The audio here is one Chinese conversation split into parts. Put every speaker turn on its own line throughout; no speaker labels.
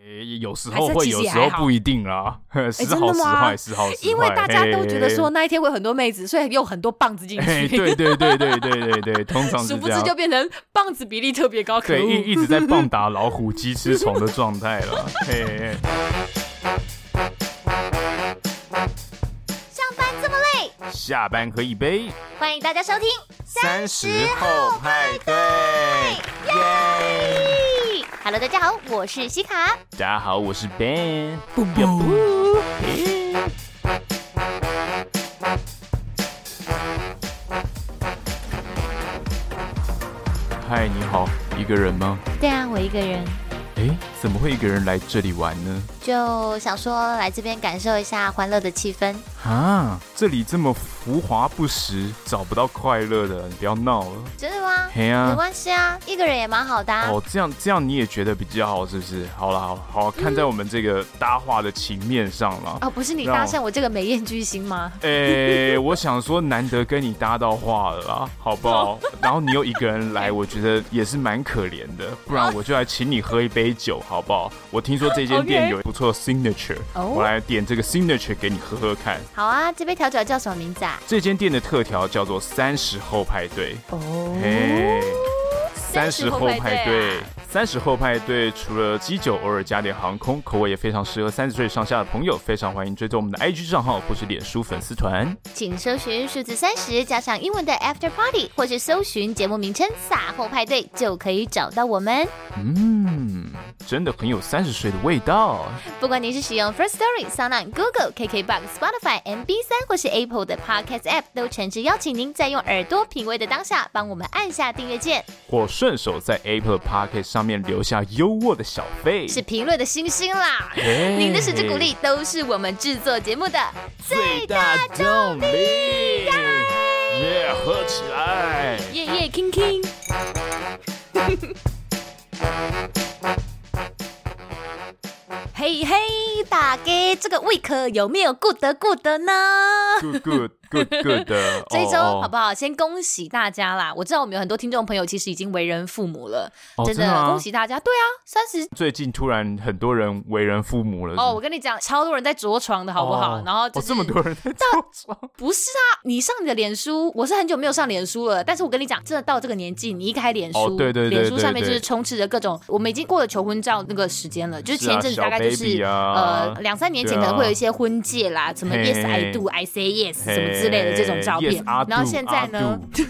诶，有时候会，有时候不一定啦，
哎
时好时坏，时好时坏。
因为大家都觉得说那一天会有很多妹子，所以有很多棒子进去。
嘿哎 对对对对对对对，通常
殊
是
不
这
知
样。
就变成棒子比例特别高，可
对，
恶！
一一直在棒打老虎、鸡吃虫的状态了。嘿嘿，
上班这么累，
下班喝一杯，
欢迎大家收听。
三十后派对，耶！
Hello，大家好，我是西卡。
大家好，我是 Ben。
不不，
嗨，你好，一个人吗？
对啊，我一个人
诶，怎么会一个人来这里玩呢？
就想说来这边感受一下欢乐的气氛。
啊，这里这么浮华不实，找不到快乐的，你不要闹了。
真的吗？
嘿
没
啊，
关系啊，一个人也蛮好的、啊。
哦，这样这样你也觉得比较好，是不是？好了，好啦好啦看在我们这个搭话的情面上了。
哦，不是你
让
搭讪我这个美艳巨星吗？
诶、我想说难得跟你搭到话了啦，好不 好？然后你又一个人来，我觉得也是蛮可怜的，不然我就来请你喝一杯酒，好不好？我听说这间店
OK
有不错的 signature，、
哦
我来点这个 signature 给你喝喝看。
好啊，这杯调酒叫什么名字啊？
这间店的特调叫做三十后派对，
哦，
嘿，
三
十
十
后
后
派
派
对
对。
三十后派对除了基酒，偶尔加点航空，口味也非常适合三十岁上下的朋友。非常欢迎追踪我们的 IG 账号或是脸书粉丝团。
请搜寻数字三十加上英文的 After Party，或是搜寻节目名称“撒后派对”，就可以找到我们。
嗯，真的很有三十岁的味道。
不管你是使用 First Story、Sound On、Google、KKBox、Spotify、MB 三或是 Apple 的 Podcast App，都诚挚邀请您在用耳朵品味的当下，帮我们按下订阅键，
或顺手在 Apple p o c k e t 上面留下优渥的小费，哎
是评论的星星啦。
嘿
您的实质鼓励都是我们制作节目的
最大动力。耶，喝起来！
夜夜 king king，嘿嘿，
大家这个 week 有没有 good good 呢？
good good good good 的，
这一周
哦
好不好？先恭喜大家啦！我知道我们有很多听众朋友其实已经为人父母了，
哦
真
真的
的
啊
恭喜大家！对啊，三十
最近突然很多人为人父母了，
哦，
是
我跟你讲，超多人在着床的好不好？
哦
然后
不
就是
哦这么多人在照床，
不是啊，你上你的脸书，我是很久没有上脸书了。但是我跟你讲，真的到这个年纪，你一开脸书，
哦对对对
脸书上面
对
就
对
是充斥着各种，我们已经过了求婚照那个时间了，就是
是啊
前一阵子
小
大概就是
baby 啊
呃两三年前可
对啊
能会有一些婚戒啦，什么
嘿
Yes I do I say yes
嘿
什么之类的这种照
Yes,
片
I，do,
然后现在呢
I。do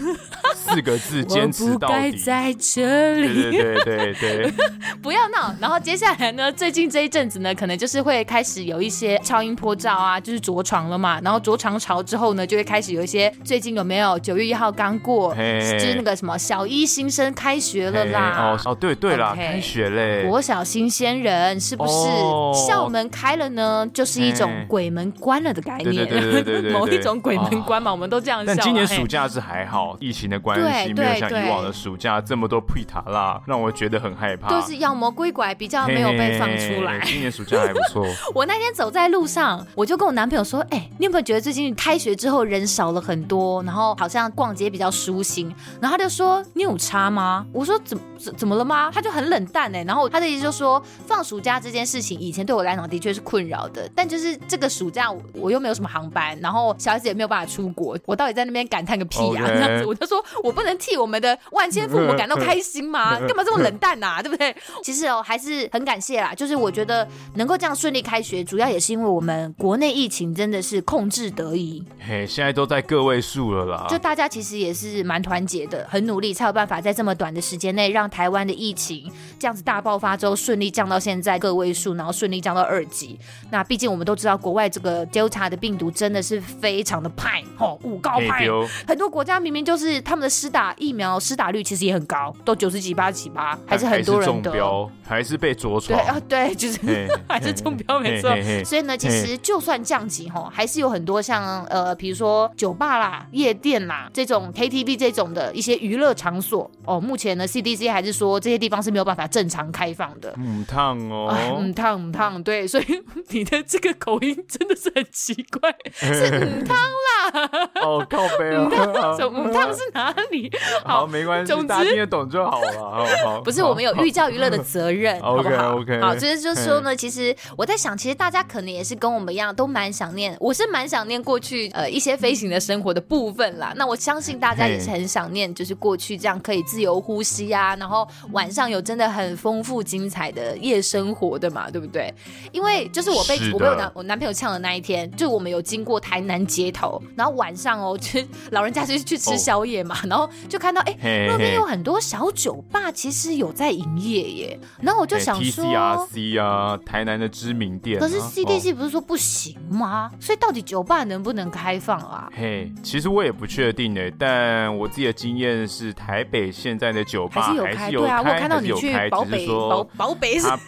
四个字坚持
我不
到
该
底，
在这
对
里，
对对对对，
不要闹。然后接下来呢，最近这一阵子呢，可能就是会开始有一些超音波照啊，就是着床了嘛。然后着床潮之后呢，就会开始有一些最近有没有九月一号刚过，
嘿
就是那个什么小一新生开学了啦
嘿哦。哦，对对啦，
OK
开学嘞，
国小新鲜人是不是、
哦
校门开了呢？就是一种
嘿
鬼门关了的概念，
对对对对对对对
某一种鬼门关嘛，我们都这样笑啊。
但今年
嘿
暑假是还好，疫情的关系，
对
没有像
对
以往的暑假这么多屁塔啦，让我觉得很害怕。
都是妖魔鬼怪，比较
啊嘿
没有被放出来。
今年暑假还不 错，
我那天走在路上，我就跟我男朋友说：“哎、你有没有觉得最近开学之后人少了很多，然后好像逛街比较舒心？”然后他就说：“你有差吗？”我说：“怎怎怎么了吗？”他就很冷淡哎、然后他的意思就说，放暑假这件事情以前对我来讲的确是困扰的，但就是这个暑假我我又没有什么航班，然后小孩子也没有办法出国，我到底在那边感叹个屁呀、
OK
这样子我就说我不能替我们的万千父母感到开心吗？干嘛这么冷淡呐、对不对？其实哦，还是很感谢啦。就是我觉得能够这样顺利开学，主要也是因为我们国内疫情真的是控制得宜，
嘿，现在都在个位数了啦。
就大家其实也是蛮团结的，很努力才有办法在这么短的时间内让台湾的疫情这样子大爆发之后顺利降到现在个位数，然后顺利降到二级。那毕竟我们都知道，国外这个 Delta 的病毒真的是非常的派吼，五高
嘿
派。
丢，
很多国家明明就是他们的施打疫苗施打率其实也很高，都九十几、八十几八，还是很多人
哎还是中
得。
标，哎还是被着
对
床，
啊，对，就是
嘿
还是中标没错。
嘿嘿嘿
所以呢，其实就算降级吼，还是有很多像呃，比如说酒吧啦、夜店啦这种 KTV 这种的一些娱乐场所哦，目前呢 CDC 还是说这些地方是没有办法正常开放的。
嗯，烫
哎，
哦
嗯，烫嗯 烫，对，所以你的这个口音真的是很奇怪，是嗯烫啦，
哦，靠背 哦，
什么？他们是哪里？
好，没关
总之
系，大家听得懂就好了。好好，
不是，我们有寓教于乐的责 任，好不好
OK，OK
好，就是就是说呢，其实我在想，其实大家可能也是跟我们一样，都蛮想念，我是蛮想念过去呃一些飞行的生活的部 分啦。那我相信大家也是很想念，就是过去这样可以自由呼吸啊，然后晚上有真的很丰富精彩的夜生活的嘛，对不对？因为就是我被
是的
我被我男我男朋友呛的那一天，就我们有经过台南街头，然后晚上哦，就是老人家就是去吃
哦
宵夜嘛，然后就看到哎。
嘿
那边
嘿
有很多小酒吧，其实有在营业耶。然后我就想说，
，TCRC 啊，台南的知名店啊，
可是
哦
CDC 不是说不行吗？所以到底酒吧能不能开放啊？
嘿其实我也不确定诶，但我自己的经验是，台北现在的酒吧
还是有开？
还是
对啊，我
开，
看到你
还是有
去
开
宝
只
北
是
宝
说
宝北是
它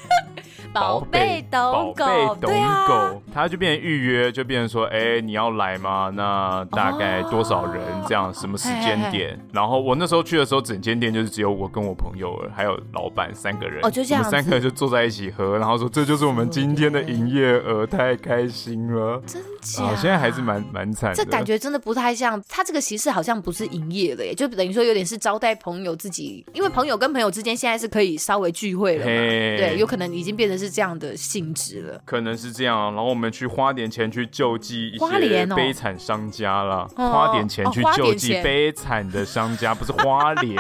宝贝
宝
斗
贝
狗，
懂
对啊。
狗，他就变成预约，就变成说，哎、你要来吗？那大概多少人？这样、什么时间点？然后我那时候去的时候，整间店就是只有我跟我朋友了，还有老板三个人，
哦就这
我
样
们三个人就坐在一起喝，然后说这就是我们今天的营业额，太开心了。
真假？
啊，现在还是蛮蛮惨的，
这感觉真的不太像，他这个形式好像不是营业的耶，就等于说有点是招待朋友自己，因为朋友跟朋友之间现在是可以稍微聚会了嘛，
嘿
对，有可能已经变成是这样的性质了。
可能是这样，然后我们去花点钱去救济一
花莲
些
哦
悲惨商家啦，
哦
花点钱去
哦花
救
点
济
钱
悲惨的商家，不是花 莲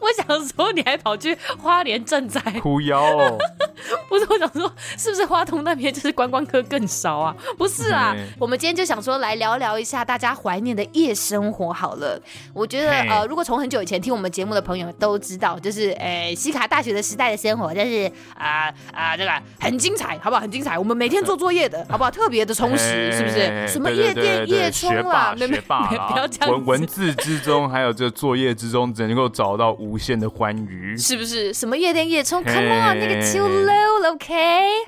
我想说，你还跑去花莲赈灾？
哭腰哦，
不是，我想说，是不是花东那边就是观光客更少啊？不是啊
嗯，
我们今天就想说来聊聊一下大家怀念的夜生活好了。我觉得
嘿
呃，如果从很久以前听我们节目的朋友都知道，就是呃，西卡大学的时代的生活，但是啊啊、这个很精彩，好不好？很精彩，我们每天做作业的，好不好？特别的充实，是不
哎
是？什么
对对
夜
对
店、
对
夜冲
学
啦
霸，
没没
学霸
没
啦
不要这样
文
子。
文字之中，还有这作业之中，只能够找到无限的欢愉。
是不是？什么夜店夜冲
嘿 啊
？Come on，那个超 low 了，OK？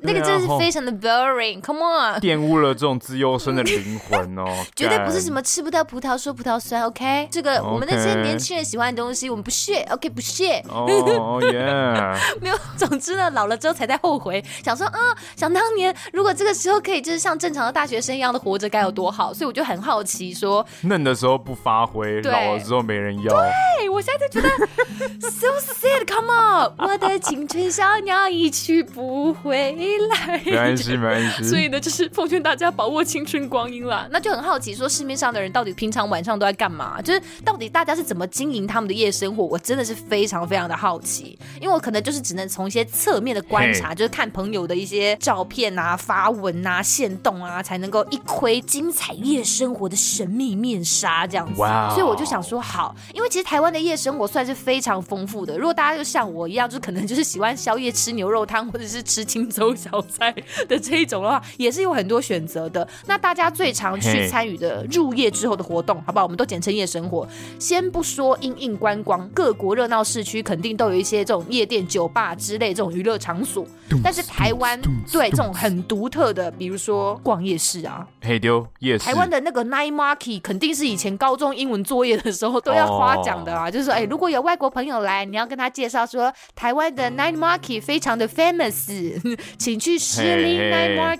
那个真的是
吼
非常的 boring，Come on。
玷污了这种自由生的灵魂哦，
绝对不是什
么。
么吃不到葡萄说葡萄酸，OK？这
哦
个
OK
我们那些年轻人喜欢的东西，我们不屑，OK？不屑，
哦耶！
没有。总之呢，老了之后才在后悔，想说，嗯，想当年如果这个时候可以就是像正常的大学生一样的活着，该有多好。所以我就很好奇，说，
嫩的时候不发挥，
对
老了之后没人要。
哎，我现在就觉得 so sad，come on，我的青春小鸟一去不回来。
没关系，没关系。
所以呢，就是奉劝大家把握青春光阴啦。 那就很好奇，说市面上的人到底平常晚上都在干嘛？就是到底大家是怎么经营他们的夜生活？我真的是非常非常的好奇，因为我可能就是只能从一些侧面的观察，就是看朋友的一些照片啊、发文啊、线动啊，才能够一窥精彩夜生活的神秘面纱这样子。
哇哦
所以我就想说，好，因为其实台湾的夜生活算是非常丰富的。如果大家就像我一样，就可能就是喜欢宵夜吃牛肉汤，或者是吃青州小菜，的这一种的话，也是有很多选择的。那大家最常去
嘿
参与的入夜之后的活动，好不好？我们都简称夜生活。先不说因应观光，各国热闹市区肯定都有一些这种夜店、酒吧之类这种娱乐场所。但是台湾对这种很独特的，比如说逛夜市啊，
嘿丢夜市，
台湾的那个 night market 肯定是以前高中英文作业的时
哦
候都要夸奖的啊，就是说，哎、
嗯
如果有外国朋友来，你要跟他介绍说台湾的
嗯
night market 非常的 famous，请 去士林
嘿嘿
night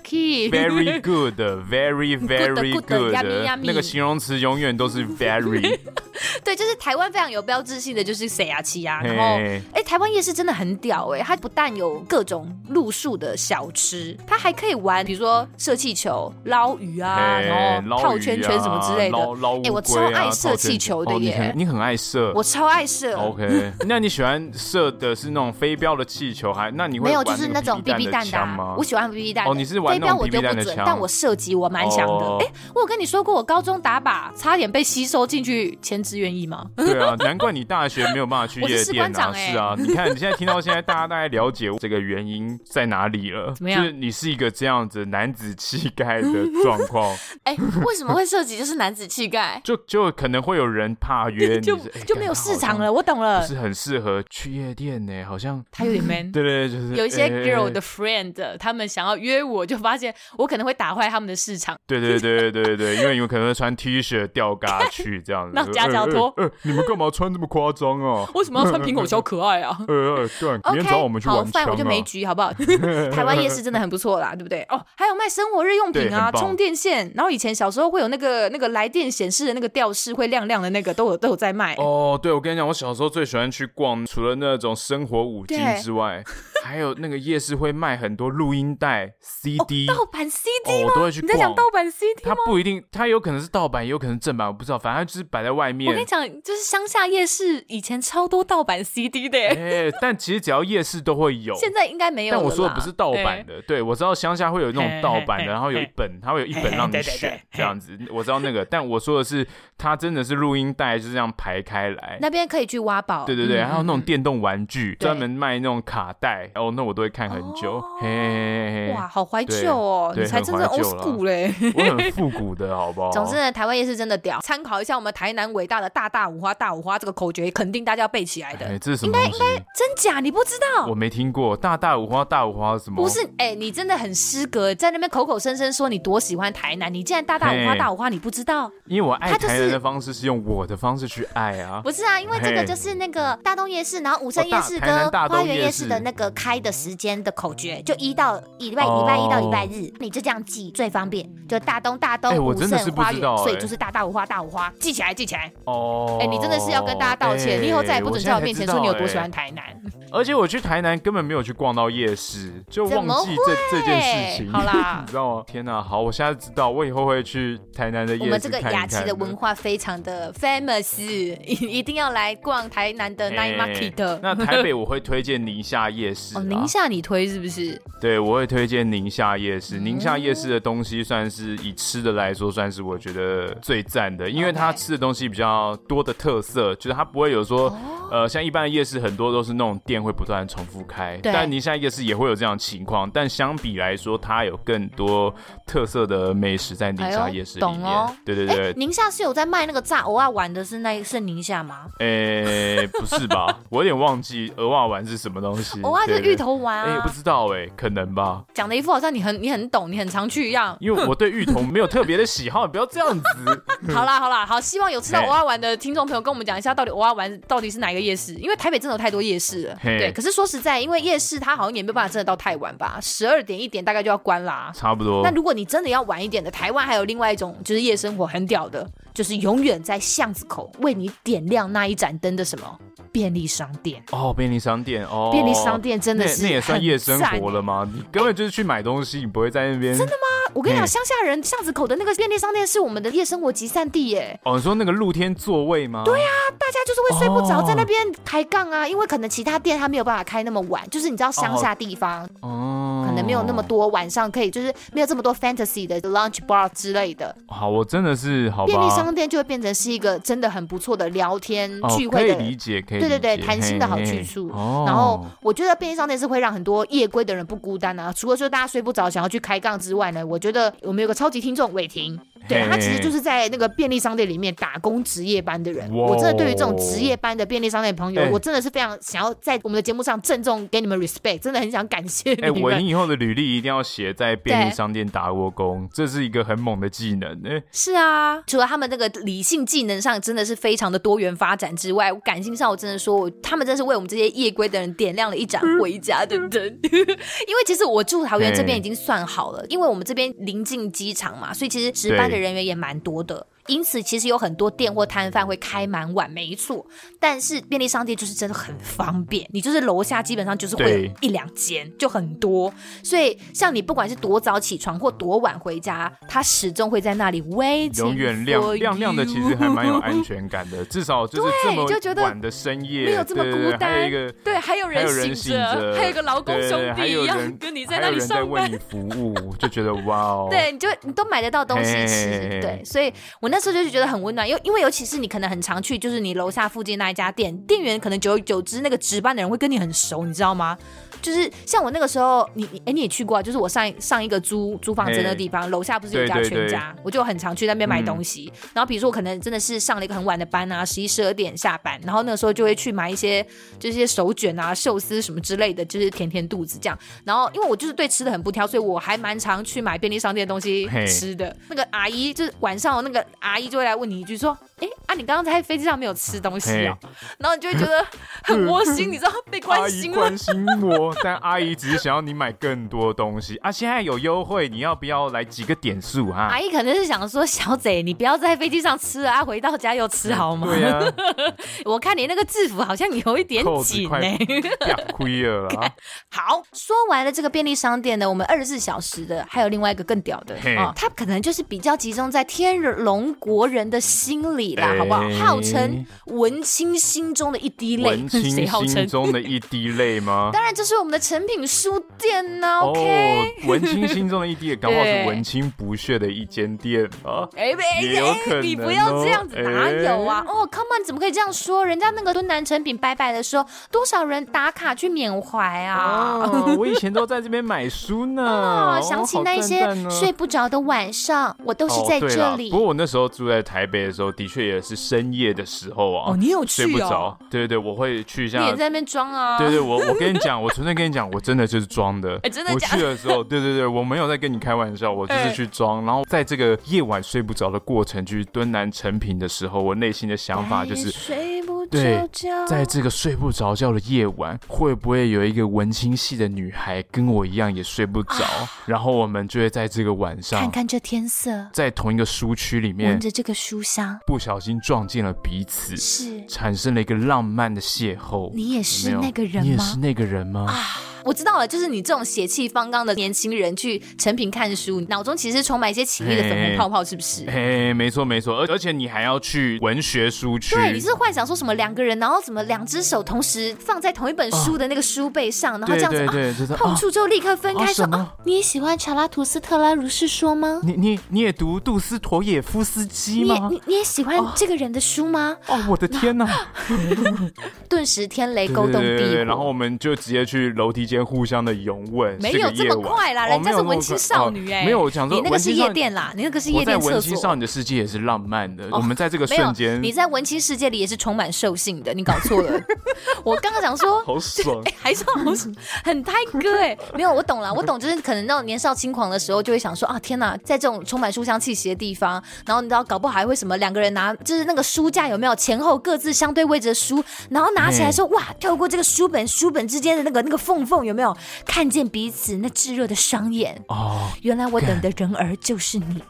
market。
very good, very very
good,
good，
yummy, yummy
那个形容词永远都是 very。
对，就是台湾非常有标志性的就是谁啊七啊，
嘿
然后哎、台湾夜市真的很屌哎、它不但有各种路数的小吃，它还可以玩，比如说射气球、捞鱼啊，
嘿啊
然后套圈圈什么之类的。
捞捞乌
哎我超
龟啊
爱射
套圈
气球的
哦你
耶
很你很爱射。
我超爱射
OK，那你喜欢射的是那种飞镖的气球，还那你会
没有，
玩
就是那种
BB
BB 弹的
枪
啊、
吗？
我喜欢 BB 弹的。
哦你是玩
飞
那
镖
种
我
BB
丢不
弹的
准，
枪
但我射击我蛮强的。
哦
哎、我有跟你说过，我高中打靶差点被吸收进去前职愿意 吗？
对啊，难怪你大学没有办法去
我是
夜
士
店
官
啊！
长欸
是啊，你看你现在听到现在，大家大概了解这个原因在哪里了。
么样
就是你是一个这样子男子气概的状况，
哎、为什么会涉及就是男子 气概？
就就可能会有人 怕约你，
就是
哎
就没有
干他好
市场
像
了，我懂了
不。是很适合去夜店呢、好像
他有点 man。
对对对，就是哎
有一些 girl 的 friend，他们想要约我，就发现我可能会打坏他们的市场。
对对对对对对，因为你们可能会穿 T 恤吊嘎去这样子，
那夹脚拖
呃呃呃你们干嘛穿这么夸张啊？
为什么要穿
？
苹果小可爱啊
呃，呃对，明
OK，
天找我们去
好
玩枪
，fine，
啊
我就没局，好不 好？台湾夜市真的很不错啦，对不对？哦， 还有卖生活日用品
对
啊，
哎很棒
充电线，然后以前小时候会有那个那个来电显示的那个吊饰会亮亮的那个，都有都有在卖。
哦，对，我跟你讲，我小时候最喜欢去逛，除了那种生活五金
对
之外，还有那个夜市会卖很多录音带、CD，、
哦盗版 CD
哦
吗？
我都会去
你在讲
逛
盗版 CD
它不一定，它有可能是盗版，也有可能是正版，我不知道，反正它就是摆在外
我跟你
面。
讲，就是乡下夜市以前超多盗版 CD 的耶，
哎、但其实只要夜市都会有。
现在应该没有了
但
啦。
我说的不是盗版的，对我知道乡下会有那种盗版
嘿嘿
的，然后有一本，它会有一本让你
嘿嘿对对
选
对
这样子，我知道那个。但我说的是，它真的是录音带就这样排开来
哎，。那边可以去挖宝。
对对对，
嗯
还有那种电动玩具，
对哦
专门卖那种卡带，哦，那我都会看很久。嘿嘿嘿
哇，好怀旧哦，
哎对对
你才真
很
正
怀
old
旧啦
school 嘞。
我很复古的，好不好？
总之呢，台湾夜市真的屌，参考一下我们台南伟大的大大五花大五花这个口诀，肯定大家要背起来的。
哎，这是什么东西？
真假你不知道
我？没听过。大大五花，大五花是什么？
不是，哎、你真的很失格，在那边口口声声说你多喜欢台南，你竟然大大五花
嘿
大五花，你不知道？
因为我爱
它就是
台人的方式是用我的方式去爱啊。
不是啊，因为这个就是那个大东夜市，然后武圣夜市
哦大台
跟
南大东
花
夜市
园夜市的那个开的时间的口诀，就一到礼拜
哦
礼拜一到礼拜日，你就这样记最方便。就大东大东
哎我
武
真的是
圣
不
花
知道
园，
哎
所以就是大大五花大五花。
记起来，记起来！
哦，
哎、你真的是要跟大家道歉，
哎
你以后再也不准在我面前说你有多喜。
现在才
欢
知道
台南。
哎而且我去台南根本没有去逛到夜市，就忘记这这件事情。
好 啦
你知道吗？天哪，好，我现在知道，我以后会去台南的夜市
我们这个
看一
雅琪
看
的文化非常的 famous，一一 定要来逛台南的 Night
哎
Market。
那台北我会推荐宁夏夜市、啊。
哦，宁夏你推是不是？
对，我会推荐宁夏夜市。
嗯
宁夏夜市的东西算是以吃的来说，算是我觉得最赞的，因为它
OK
吃的东西比较多的特色，就是它不会有说，
哦
呃，像一般的夜市很多都是那种店会不断地重复开，
对
但宁夏夜市也会有这样的情况，但相比来说，它有更多特色的美食在宁夏夜市里
哎呦懂
面。
哦
对对
哎、
对，
宁夏是有在卖那个炸偶尔玩的是那是宁夏吗？
诶、不是吧？我有点忘记鹅瓦丸是什么东 西。
偶尔就是
嗯对对
芋头丸
哎、
啊
不，知道哎、可能吧。
讲的一副好像你很你很懂，你很常去一样。
因为我对芋头没有特别的喜好，不要这样子。
好啦好啦，好，希望有吃到
嘿
偶尔丸的听众朋友跟我们讲一下，到底偶尔丸到底是哪一个夜市？因为台北真的有太多夜市了。
嘿
对，可是说实在，因为夜市它好像也没有办法真的到太晚吧，十二点一点大概就要关啦。
差不多
那。如果你真的要晚一点的，台湾还有另外一种就是夜生活很屌的，就是永远在巷子口为你点亮那一盏灯的什么便利商店。
哦，便利商店哦，
便利商店真的
那
是
那也算
很
夜生
赞
活了吗？你根本就是去买东西，你不会在那边真的吗？
我跟你讲，
嘿
乡下人巷子口的那个便利商店是我们的夜生活集散地耶，
哦，你说那个露天座位吗？对呀，
大家就是会睡不着，
哦
在那边抬杠啊，因为可能其他店它没有办法开那么晚，就是你知道乡下地方
哦，
可能没有那么。多晚上可以，就是没有这么多 fantasy 的 lunch bar 之类的，
好，我真的是好吧。
便利商店就会变成是一个真的很不错的聊天
哦
聚会的
可以理解，可以
对对对，
理解
谈心的好
嘿
去处。
嘿哦
然后我觉得便利商店是会让很多夜归的人不孤单啊，除了说大家睡不着想要去开杠之外呢，我觉得我们有个超级听众伟霆，对
嘿
他其实就是在那个便利商店里面打工值夜班的人。
哇哦
我真的对于这种值夜班的便利商店朋友，
哎
我真的是非常想要在我们的节目上郑重给你们 respect，真的很想感谢
哎，
你
我
们。
以后的履历一定要写在便利
对
商店打过工，这是一个很猛的技能。哎，
是啊，除了他们那个理性技能上真的是非常的多元发展之外，我感性上我真的说，我他们真是为我们这些夜归的人点亮了一盏回家的灯。 因为其实我住桃园这
哎
边已经算好了，因为我们这边临近机场嘛，所以其实值班的
对
人员也蛮多的。因此，其实有很多店或摊贩会开蛮晚，没错。但是便利商店就是真的很方便，你就是楼下基本上就是会有
对
一两间，就很多。所以像你不管是多早起床或多晚回家，它始终会在那里 waiting，
永远亮
for
亮亮的，
you
其实还蛮有安。全感的，至少就是这么
就觉得
晚的深夜，
没有这么
对对对
孤单
还有一个
对，还有
还有
人
人
醒
醒
着，还有一个劳工
对对
兄
对还
弟
有
一样
人
跟你在那里
还有
上
人在为
班。
你服务，就觉得哇哦，
对，你就你都买得到东西吃，
嘿
对，所以我那那时候就觉得很温暖，因为因为尤其是你可能很常去，就是你楼下附近那一家店，店员可能久而久之那个值班的人会跟你很熟，你知道吗？就是像我那个时候，你你哎、你也去过、啊，就是我上一上一个租租房子的那个地方，楼下不是有一家
对对
全家，我就很常去那边买
嗯
东西。然后比如说我可能真的是上了一个很晚的班啊，十一十二点下班，然后那个时候就会去买一些就是一些手卷啊、寿司什么之类的，就是填填肚子这样。然后因为我就是对吃的很不挑，所以我还蛮常去买便利商店的东西
嘿
吃的。那个阿姨就是晚上那个阿姨就会来问你一句说：“哎、啊，你刚刚在飞机上没有吃东西哦、然后你就会觉得很窝心，你知道被
阿
关
姨
心了。
啊关心我， 但阿姨只是想要你买更多东西啊！现在有优惠，你要不要来几个点数啊？
阿姨可能是想说，小贼，你不要在飞机上吃了啊，回到家又吃好吗？
对呀、
我看你那个制服好像有一点
扣子
紧
快
呢、
要亏了啊 啦！
好，说完了这个便利商店呢，我们二十四小时的还有另外一个更屌的
嘿
啊、它可能就是比较集中在天龙国人的心里啦，
哎
好不好？号称文青心中的一滴泪
文，
谁
青
号
心
称？
中的一滴泪吗？
当然，这是我们的诚品书店呢、
哦
OK，，
文青心中的一滴泪，搞不好
对
是文青不屑的一间店啊！
哎哎
也有可能哦哎
你不要这样子，哪有啊？哦，Come on，怎么可以这样说？人家那个敦南成品拜拜的时候，多少人打卡去缅怀啊？
啊， 我以前都在这边买书呢。
啊，
哦
想起那一些睡不着的晚上，我都是在这里
啊哦对啦。不过我那时候住在台北的时候，的确也是深夜的时候啊，
哦你有哦
睡不着。对对对，我会去一
你
下
也在那边装啊？
对对，我我跟你讲，我纯粹跟你讲，我真的就是装的。
哎真的
我
假的
去的时候，对对对，我没有在跟你开玩笑，我就
哎
是去装。然后在这个夜晚睡不着的过程去蹲南成品的时候，我内心的想法就是。
哎睡不着
对
觉，
在这个睡不着觉的夜晚，会不会有一个文青系的女孩跟我一样也睡不着？然后我们就会在这个晚上，
啊看看这天色，
在同一个书区里面
闻着这个书香，
不小心撞见了彼此，
是
产生了一个浪漫的邂逅。
你也
有
是
没有
那个人
你也
吗啊
是？那个人吗？
我知道了，就是你这种血气方刚的年轻人去成品看书，脑中其实充满一些情欲的粉红泡泡，是不是？
嘿，哎没错没错，而而且你还要去文学书区，
对，你是幻想说什么两个人，然后什么两只手同时放在同一本书的那个书背上，然后
对
这样子
对
啊，
对，就是
碰
啊，
触之后立刻分
啊
开，说
什么
啊，你也喜欢查拉图斯特拉如是说吗？
你你你也读杜斯妥也夫斯基
你也
吗？
你你也喜欢这个人的书吗？
哦，我的天 呐！
顿时天雷
对
勾
对
动
对对
地
对，
火。
然后我们就直接去楼梯间互相的拥吻，
没
这个
有这
夜
么
晚
快啦，
哦
人
没
家
有那
是
么
文青
快
少
哦
女哎、
没有，我想说
你那个
文
是
青
夜
少女
店啦，你那个是
我
夜
在
店
文
厕
青
所。哦
少女的世界也是浪漫的，我们在这个
没有
瞬间，
你在文青世界里也是充满兽性的，你搞错 了。我刚刚想说，
好爽
哎、还是好很泰哥 哎、没有，我懂了，我懂，就是可能那种年少轻狂的时候，就会想说啊，天哪，在这种充满书香气息的地方，然后你知道，搞不好还会什么两个人拿，就是那个书架有没有前后各自相对位置的书，然后拿起来说、哇，透过这个书本书本之间的那个那个缝缝有没有看见彼此那炙热的双眼？
哦
原来我等的人儿就是你。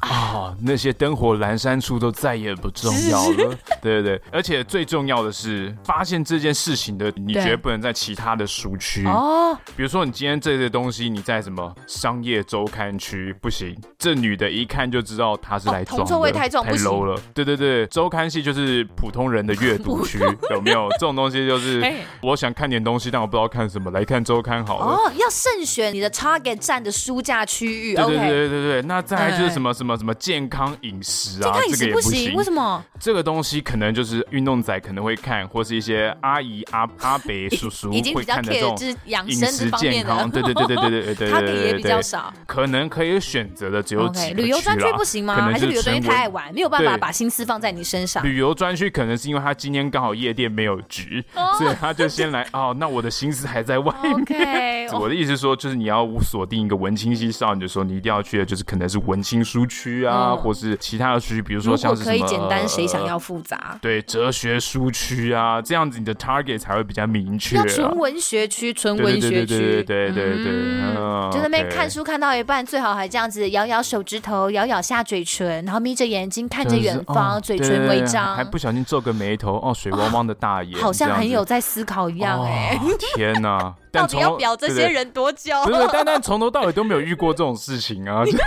啊！那些灯火阑珊处都再也不重要了。对对对，而且最重要的是，发现这件事情的你
对
绝不能在其他的书区。
哦，
比如说，你今天这些东西你在什么商业周刊区不行，这女的一看就知道她是来
哦
装的，
铜臭味太重不行
low 了。对对对，周刊系就是普通人的阅读 区，有没有？这种东西就是
哎
我想看点东西，但我不知道看什么，来看周刊好了。
哦，要慎选你的 target 站的书架区域。
对
OK，
对对对对对，那再来就
哎
是什么什么什么健康饮食啊，
看饮
这个
食
也
不
行
行，。为什么？
这个东西可能就是运动仔可能会看，或是一些阿姨阿阿 伯叔叔
已经
会
比较
看的这
care
种
就是养
饮
生这
食
方
健
面
康。
的，
对对对对对对对 对
他
对
给
对
也
对
比较
对。
少。
可能可以选择的只有几
OK，
个
旅游专
区
区
啦
不行
可
吗？
能
还是
就
旅游专区
成为
太晚，没有办法
对
把心思放在你身上？
旅游专区可能是因为他今天刚好夜店没有局，所以他就先来哦。那我的心思还在外面。
OK，哦
我的意思是说，就是你要锁定一个文青系少女的时候，你一定要去的就是可能是文青书区啊，
嗯
或是其他的区，比如说
如
像
果
是什么
可以简单，谁想
呃
要复杂？
对哲学书区啊，这样子你的 target 才会比较明确、啊。
要纯文学区，纯
对
文
对对
学
对
区
对。对对对，嗯
就在那边
OK
看书看到一半，最好还这样子摇摇手指头，摇摇下嘴唇，然后眯着眼睛看着
就是
远方，
哦
嘴
对
唇
对
微
对
张
还，不小心皱个眉头，哦，水汪汪的大眼，
好像
这样
很
子哦
有在思考一样哎。
哦、天哪！但
到底
从
要表这
对
些
对
人多久？
不是，但但从头到尾都没有遇过这种事情啊，就是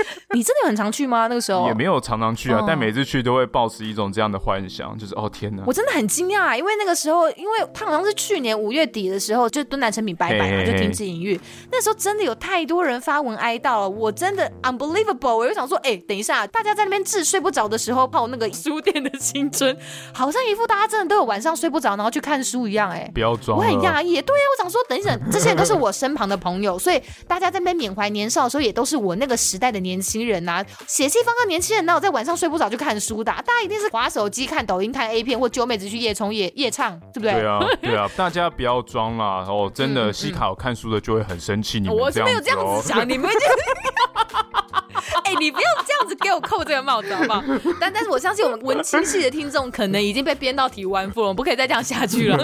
你真的很常去吗？那个时候
也没有常常去啊，
哦
但每次去都会抱持一种这样的幻想，就是哦天哪
我，真的很惊讶，因为那个时候，因为他好像是去年五月底的时候，就敦南成品拜拜
嘿
嘛，
嘿
就
嘿
停止营运。那时候真的有太多人发文哀悼了，我真的 unbelievable。我就想说，哎、等一下，大家在那边治睡不着的时候泡那个书店的青春，好像一副大家真的都有晚上睡不着，然后去看书一样、哎。
不要装
我
了，
很讶异，对呀、啊我想说，等一等，这些人都是我身旁的朋友，所以大家在那边缅怀年少的时候，也都是我那个时代的年轻人啊呐、血气方刚年轻人哪有在晚上睡不着就看书的啊、大家一定是划手机、看抖音、看 A 片，或揪妹子去夜冲夜夜唱，对不对？
对啊，对啊，大家不要装啦！哦，真
欸嗯
的，西卡有看书的就会很生气，你们
我
这
是
样
没
子
有这样
哦
子想，你们 就。哎、你不要这样子给我扣这个帽子好不好？但但是我相信我们文青系的听众可能已经被编到体无完肤了，我们不可以再这样下 去了。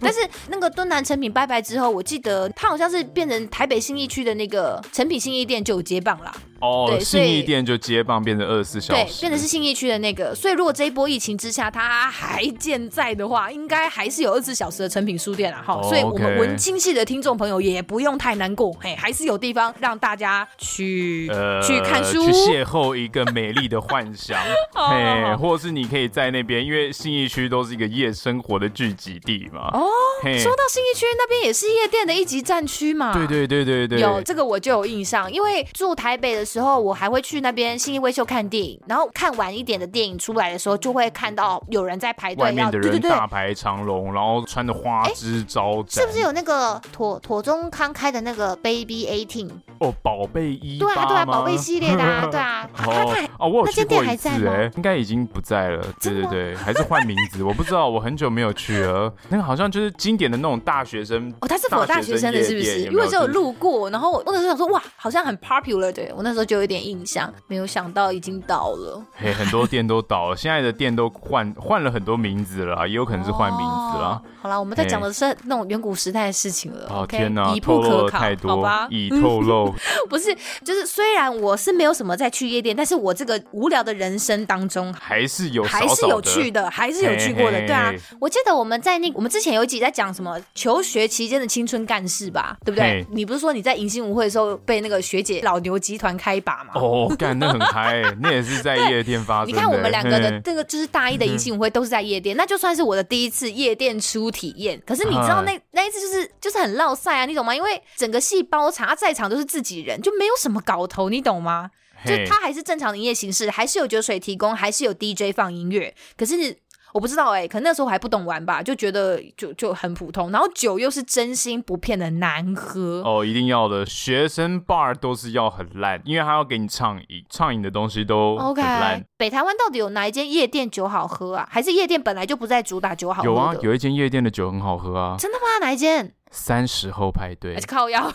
但是那个敦南成品拜拜之后，我记得它好像是变成台北新义区的那个成品新义店就有接棒啦，
哦
对，所以
信义店就接棒变成二十四小
对，
时，
变成是新义区的那个。所以如果这一波疫情之下它还健在的话，应该还是有二十四小时的成品书店啊啦。哈、
哦
所以我们
OK
文青系的听众朋友也不用太难过，嘿，还是有地方让大家去、
呃，
去看书
去。邂逅一个美丽的幻 想，
哦
好
嘿
好，
或者是你可以在那边，因为信义区都是一个夜生活的聚集地嘛，
哦，
嘿，
说到新义区那边也是夜店的一级战区嘛，
对对对对对，
有这个我就有印象，因为住台北的时候，我还会去那边新义威秀看电影，然后看晚一点的电影出来的时候，就会看到有人在排
外
队
面
要
的
对
人
对对，
大排长龙，然后穿的花枝招展，
哎是不是有那个妥妥中康开的那个 Baby Eighteen？
哦，宝贝一
对啊，对啊，
八吗
宝贝系列的 啊，对啊，他他
哦
他
哦，我有
那
去
间店
过一
还
次
在吗
哎、应该已经不在了。对对对，还是换名字，我不知道，我很久没有去了。那个好像就是经典的那种大学生
哦，他是否大学生的，是不
夜
是？
店
因为只有。
没
路过，然后我那时候想说，哇，好像很 popular，对我那时候就有一点印象，没有想到已经倒了。
嘿，很多店都倒了，现在的店都换换了很多名字了啊，也有可能是换名字啦
哦。好啦，我们在
嘿
讲的是那种远古时代的事情了。
哦
OK，
天哪
一，
透
不
露
可
了
考，
太
好
多
吧，？
已透 露。
不是，就是虽然我是没有什么在去夜店，但是我这个无聊的人生当中。
还是有
还
少
是
少
有
的
去的，还是有去过的，
嘿
对啊
嘿。
我记得我们在那，我们之前有一集在讲什么求学期间的青春干事吧，对不对
嘿？
你不是说你在迎新舞会的时候被那个学姐老牛集团开把吗？
哦，干那很嗨、那也是在夜店发生
你
啊的。
看我们两个的
嘿
这个就是大一的迎新舞会都是在夜店，那就算是我的第一次夜店初体验。可是你
啊
知道那那一次就是就是很落塞啊，你懂吗？因为整个系包场，啊在场都是自己人，就没有什么搞头，你懂吗？就
嘿
它还是正常的营业形式，还是有酒水提供，还是有 DJ 放音乐。可是我不知道哎、可能那时候我还不懂玩吧，就觉得就就很普通。然后酒又是真心不骗的难喝，
哦，一定要的。学生 bar 都是要很烂，因为他要给你畅饮，畅饮的东西都很
OK，
烂。
北台湾到底有哪一间夜店酒好喝啊？还是夜店本来就不在主打酒好喝
有
的？
啊，有一间夜店的酒很好喝啊，
真的吗？哪一间？
三十后派对
还是。靠腰？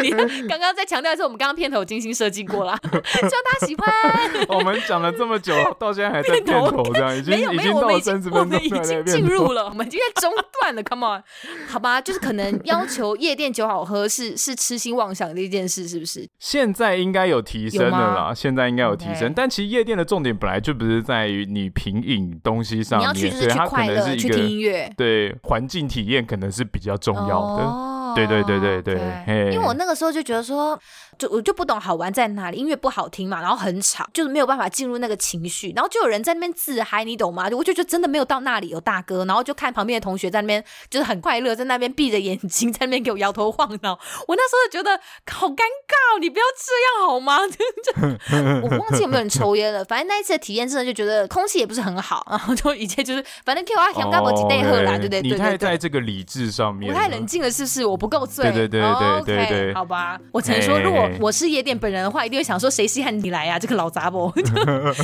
你刚刚在强调的是我们刚刚片头精心设计 过啦，希望大家喜欢。
我们讲了这么 久，到现在还在片头这样，已
没有
经已
没有，我
到
们
了
已经
三十
我
分钟
们已经进入了，我们已经在中断了。Come on，好吧，就是可能要求夜店酒好喝是是痴心妄想的一件事，是不是？
现在应该有提升了
有吗
啦，现在应该有提升
OK。
但其实夜店的重点本来就不是在于你品饮东西上
你要
面，
去就
所
是
以
去
它可
快
能
乐，
是
去
一
听
个
音乐，
对环境体验可能是比较重要的。
哦
对对对对对嘿
因为我那个时候就觉得说，就我就不懂好玩在哪里，音乐不好听嘛，然后很吵，就是没有办法进入那个情绪，然后就有人在那边自嗨，你懂吗？我就觉得真的没有到那里有大哥，然后就看旁边的同学在那边就是很快乐，在那边闭着眼睛在那边给我摇头晃脑， 我那时候就觉得好尴尬哦，你不要这样好吗？我忘记有没有人抽烟了，反正那一次的体验真的就觉得空气也不是很好，然后就一切就是反正 Q 啊 Q 干不几内喝啦，对不对？
哦你
对
太
对对。
在这个理智上面
我
了，
太冷静了，是不是？我不够醉。
对对对对对
o k
对
好吧。我只能说，
嘿
如果我是夜店本人的话，一定会想说谁稀罕你来啊，这个老杂 包。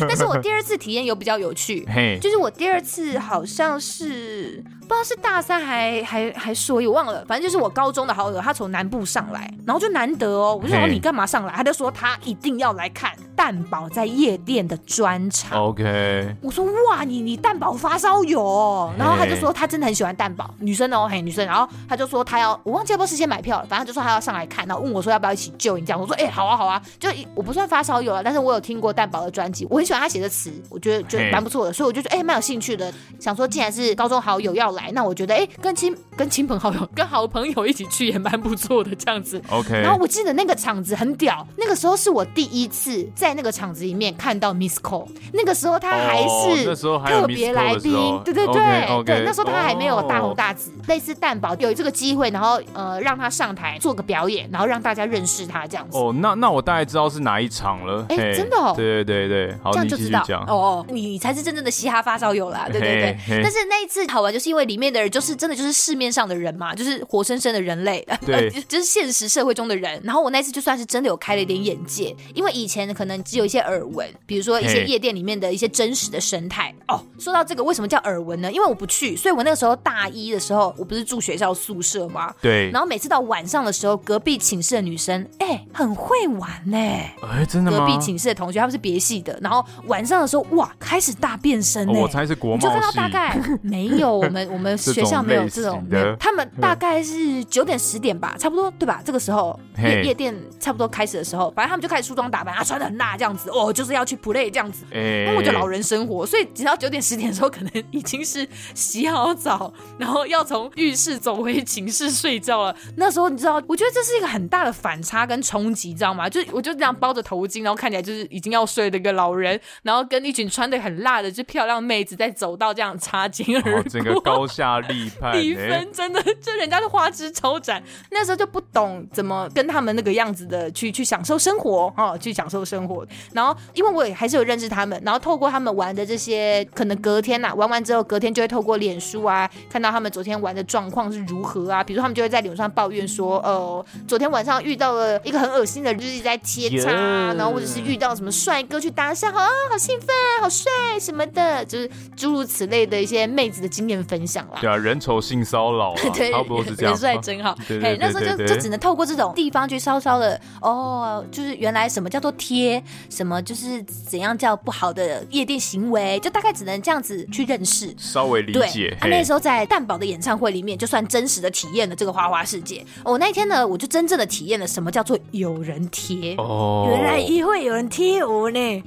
但是我第二次体验有比较有趣。
嘿，
就是我第二次好像是不知道是大三还还还硕一，我忘了，反正就是我高中的好友，他从南部上来，然后就难得哦，我就想说
嘿
你干嘛上来？他就说他一定要来看，蛋堡在夜店的专场。
OK，
我说哇，你你蛋堡发烧友哦，然后他就
哎
说他真的很喜欢蛋堡，女生哦，嘿女生，然后他就说他要，我忘记要不要事先买票了，反正他就说他要上来看，然后问我说要不要一起救你这样，我说哎、好啊好啊，就一我不算发烧友了，但是我有听过蛋堡的专辑，我很喜欢他写的词，我觉得觉得
嘿
蛮不错的，所以我就觉得哎蛮、有兴趣的，想说既然是高中好友要来，那我觉得哎、跟亲跟亲朋好友跟好朋友一起去也蛮不错的这样子，
OK，
然后我记得那个场子很屌，那个时候是我第一次在那个场子里面看到 Miss Cole，那个时候他还
哦
是
那时候还有
特别
Miss Cole
来
的时
宾，
候
对对对
OK，OK，
对，那时候他还没有大红
哦
大紫，类似蛋堡有这个机会，然后呃让他上台做个表演，然后让大家认识他这样子。
哦，那那我大概知道是哪一场了。
哎
嘿
真的哦
对对对对，好，
这样
你
就
继
知
续
道
讲。
哦，你你才是真正的嘻哈发烧友啦，对对对。
嘿嘿
但是那一次好玩，就是因为里面的人就是真的就是市面上的人嘛，就是活生生的人类，
对
就是现实社会中的人。然后我那次就算是真的有开了一点眼界，因为以前可能只有一些耳闻，比如说一些
嘿
夜店里面的一些真实的生态。哦，说到这个，为什么叫耳闻呢？因为我不去，所以我那个时候大一的时候，我不是住学校宿舍吗？
对
然，后每次到晚上的时候，隔壁寝室的女生，哎、很会玩呢、
哎，真的
隔
吗？
壁寝室的同学，他们是别系的，然后晚上的时候，哇，开始大变身呢、
哦我猜是国
欸你就看
贸
到
系
大。 概没有，我们我们
这
学校
种
没有
类
这种
型，
没有
的
他们大概是九点十点吧，差不多对吧？这个时候夜
嘿
夜店差不多开始的时候，反正他们就开始梳妆打扮，啊，穿的很辣这样子，哦，就是要去 play 这样子。因
哎，
为我就老人生活，所以只要九点十点的时候，可能已经是洗好澡，然后要从浴室走回寝室睡觉了。那时候你知道，我觉得这是一个很大的反差跟冲击，知道吗？就是我就这样包着头巾，然后看起来就是已经要睡的一个老人，然后跟一群穿的很辣的就漂亮妹子在走道这样擦肩而
哦
过。
整个高下立判。
比
哎，
分真的， 就人家的花枝招展，那时候就不懂怎么跟他们那个样子的去去享受生活哦，去享受生活。然后，因为我也还是有认识他们，然后透过他们玩的这些，可能隔天呐、玩完之后隔天就会透过脸书啊，看到他们昨天玩的状况是如何啊。比如说他们就会在脸书上抱怨说，哦、昨天晚上遇到了一个很恶心的人，就是一直在贴叉啊，
Yeah
然后或者是遇到什么帅哥去搭讪，好啊，好兴奋，好帅什么的，就是诸如此类的一些妹子的经验分享啦。
对啊，人丑性骚扰啊，
对，
差不多是这样
人。帅
啊
真好。
对
嘿
对，
那时候
对
就
对
就
对
只能透过这种地方去稍稍的哦，就是原来什么叫做贴，什么就是怎样叫不好的夜店行为，就大概只能这样子去认识。
稍微理
对，
解。
啊、那时候在蛋堡的演唱会里面，就算真实的体验了这个花花世界。我、那一天呢，我就真正的体验了什么叫做有人贴。
候哦，
原来也会有人贴我呢！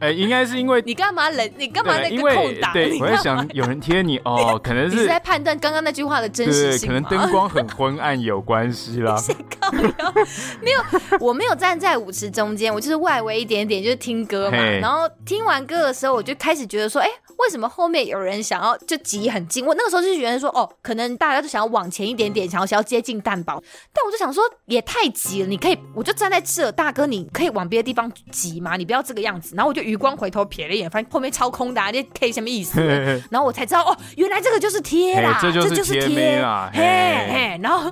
哎，应该是因为
你干嘛冷？你干嘛
对，
那
因
个
为
空档？
对
你，
我在
干
想有人贴你哦，可能
你是
是
在判断刚刚那句话的真实
对，
性
可能
吗
灯光很昏暗有关系啦。
靠腰，没有， 我没有站在舞池中间，我就是外围一点点，就是听歌嘛。
嘿
然后听完歌的时候，我就开始觉得说，哎、为什么后面有人想要就挤很近？我那个时候就是觉得说，哦，可能大家都想要往前一点点，想要想要接近蛋堡，但我就想说也太挤了，你可以，我就站在这，大哥，你可以往别的地方挤吗？你不要这个样子。然后我就余光回头瞥了一眼，发现后面超空的、啊，这 K 什么意 思？然后我才知道哦，原来这个就是贴啦，
嘿这就是
贴
贴妹啦
嘿
嘿
嘿。然 后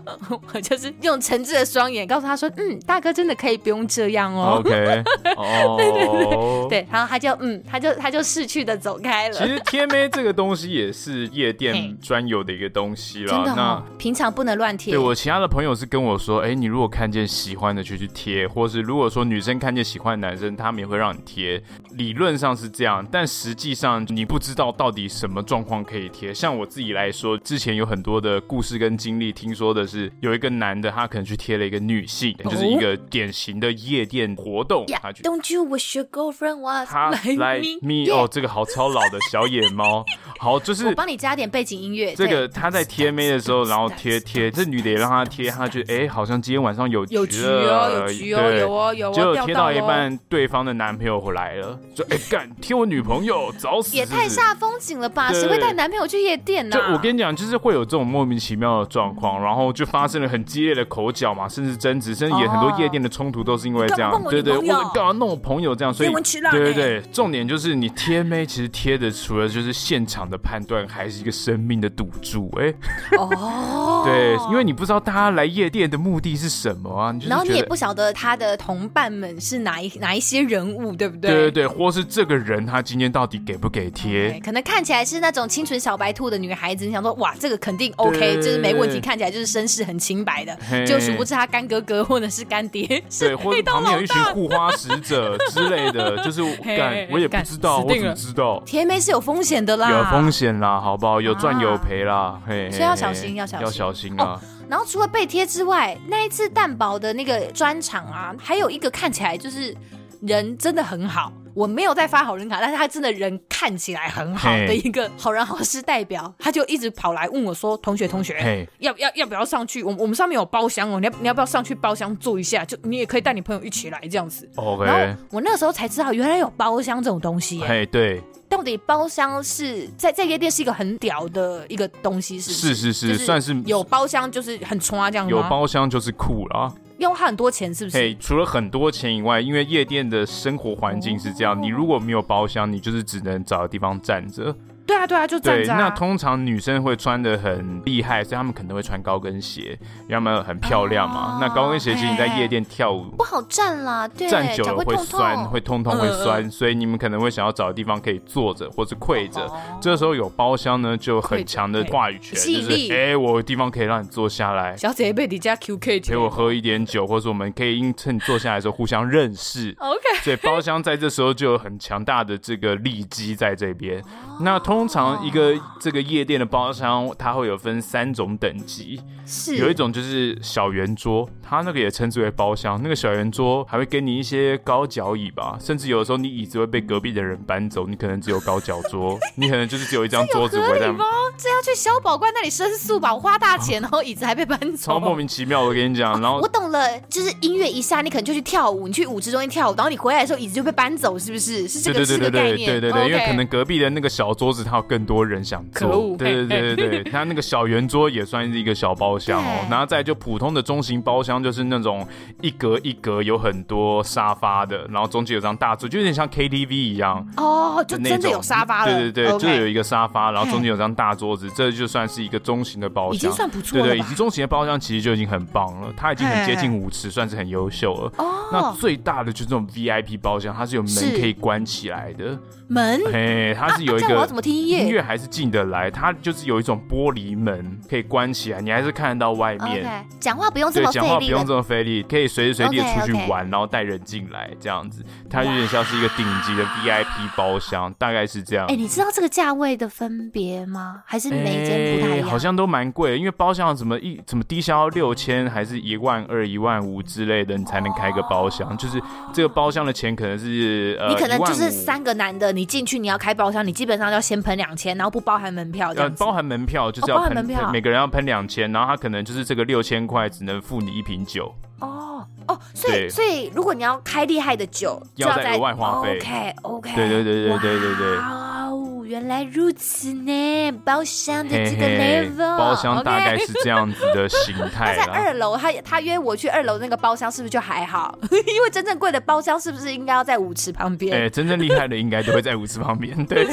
我就是用诚挚的双眼告诉他说，嗯，大哥真的可以不用这 样哦。
OK，哦，对对对。
对，然后他就嗯，他就他就逝去的走开
其
了。
实贴妹这个东西也是夜
嘿
店专有的一个东西
真
啦。
的哦
那，
平常不能乱贴。
对我其他的朋友是跟我说，哎、你如果看见喜欢的就去贴，或是如果说女生看见喜欢的男生，他们也会让你贴。理论上是这样，但实际上你不知道到底什么状况可以贴。像我自己来说，之前有很多的故事跟经历，听说的是有一个男的，他可能去贴了一个女性，就是一个典型的夜店活动，他去
Don't you wish your girlfriend was
他
like me？
me 哦，这个好超老的小野猫，好就是
我帮你加点背景音乐。
这个
对
他在贴妹的时候，然后贴贴，这女的也让他贴，他觉得哎、诶好像今天晚上有
有
局
局
了，
哦，有局哦，
对
有。哦，有哦，
结果
钓
贴
到
到一
咯
半，对方的男朋友回来了，说：“哎、干贴我女朋友，找死！”
也
是不是
太煞风景了吧？
对
谁会带男朋友去夜店呢？
就我跟你讲，就是会有这种莫名其妙的状况，然后就发生了很激烈的口角嘛，甚至争执，甚至也很多夜店的冲突都是因为这样
你干嘛弄。我
对对，
女
我
哦朋友
干嘛弄我朋友这样？所以
给我吃辣
对对
欸
对，重点就是你贴妹，其实贴的除了就是现场的判断，还是一个生命的赌注。哎、
哦，
对，因为你不知道大家来夜店的目的是什么啊，你就是
然后你
觉
也
得
不晓得他的同伴们是哪一哪一些人物，对不对？
对对对，或是这个人他今天到底给不给
对
贴？
可能看起来是那种清纯小白兔的女孩子，你想说哇，这个肯定
对
OK，就是没问题，
对
看起来就是身世很清白的
嘿，
就殊不知他干哥哥或者是干爹，
对，
是
或者
黑道
旁边有
老
一群
大。
护花使者之类的， 就是
嘿
干我也不
干
知道，
死
我
定
怎么
了
知道？
甜梅是有风险的啦，啊
有风。险啦，好不好？有赚有赔啦，嘿，
所以要
嘿
小
嘿
心要小
要
心哦
小心啊！
然后除了被贴之外，那一次蛋堡的那个专场啊，还有一个看起来就是人真的很好。我没有在发好人卡，但是他真的人看起来很好
嘿
的一个好人好事代表，他就一直跑来问我说：“同学，同学，
嘿，
要要要不要上去？我我们上面有包厢哦，你要你要不要上去包厢坐一下？就你也可以带你朋友一起来这样子。哎然
OK，
后我那时候才知道，原来有包厢这种东西耶、
嘿，对，
到底包厢是在在夜店是一个很屌的一个东西是不
是是，
就是
算是
有包厢就是很冲啊这样吗
有包厢就是酷啦。
要花很多钱是不是？
嘿，除了很多钱以外，因为夜店的生活环境是这样，
哦
你如果没有包厢，你就是只能找个地方站着。
对啊对啊，就站
对，
着、啊。
那通常女生会穿的很厉害，所以她们可能会穿高跟鞋，要么很漂亮嘛。
哦
那高跟鞋其实你在夜店跳舞。
不好站啦，对，
站久
脚
了
会痛
酸，
痛。
会痛痛
嗯
会
嗯
酸，所以你们可能会想要找地方可以坐着或是跪着。
哦
这时候有包厢呢，就有很强的
跪着
话语权，
吸
就
引
是
力
哎、我有地方可以让你坐下来，
小姐被你家 QK
陪我喝一点酒，或者我们可以因趁你坐下来的时候互相认识。
哦
OK，
所以包厢在这时候就有很强大的这个利基在这 边。
哦
那通常一个这个夜店的包厢，它会有分三种等级，
是
有一种就是小圆桌，它那个也称之为包厢。那个小圆桌还会给你一些高脚椅吧，甚至有的时候你椅子会被隔壁的人搬走，你可能只有高脚桌，你可能就是只有一张桌子
合
围
理
在。
吗？这要去小宝怪那里申诉吧，我花 大钱，然后椅子还被搬走，
超莫名其妙的，我跟你讲，然后
我懂了，就是音乐一下，你可能就去跳舞，你去舞池中心跳舞，然后你回来的时候椅子就被搬走，是不是？是这
对
个
对
是
对对
这个概
对
念。
对对对，因为
OK
可能隔壁的那个小桌子，它有更多人想
可
坐
恶。
对对对对对，它那个小圆桌也算是一个小包厢哦。
对
然后再就普通的中型包厢，就是那种一格一格有很多沙发的，然后中间有张大桌，就有点像 KTV 一样。
哦，就
那
真的
种
有沙发了。
对对对
o
就有
k
一个沙发，然后中间有张大桌子，这就算是一个中型的包厢，
已经算不错
对
了吧哎
对，以及中型的包厢其实就已经很棒了，它已经很接近舞池，算是很优秀了。那最大的就是这种 VIP 包厢，它是有门
哦是
可以关起来的，
门
嘿，它是有一
啊啊这样我要
个
怎么听音乐
音乐还是进得来，它就是有一种玻璃门可以关起来，你还是看得到外面。
OK，讲话不用这
对
么，费
讲话不
力了
用这。么费力，可以随时随地地
OK，OK
出去玩，然后带人进来这样子，它有点像是一个顶级的 VIP 包厢，大概是这样
哎、。你知道这个价位的分别吗？还是每一间不太一
哎
样？
好像都蛮贵的，因为包厢什么一什么低消六千，还是一万二、一万五之类的，你才能开个包厢。就是这个包厢的钱可能是呃，
你可能就是
15,000
三个男的，你进去你要开包厢，你基本上要先喷两千，然后不包含门票这
呃，
样子。
包含门票就是
哦
要
包含
喷，
门票
每个人要喷两千，然后他可能就是这个六千块只能付你一瓶酒，
哦哦，所
对
以所以如果你要开厉害的酒，就
要再
在哦
额外花费
OK OK，
对对对对对对对
哇哦，原来如此呢，包厢的
嘿
这个
嘿
level，，
包厢大概
OK
是这样子的形态
那 在
啦。
二楼，他他约我去二楼那个包厢，是不是就还好？ 因为真正贵的包厢是不是应该要在舞池旁边？
哎、真正厉害的应该都会在舞池旁边， 对。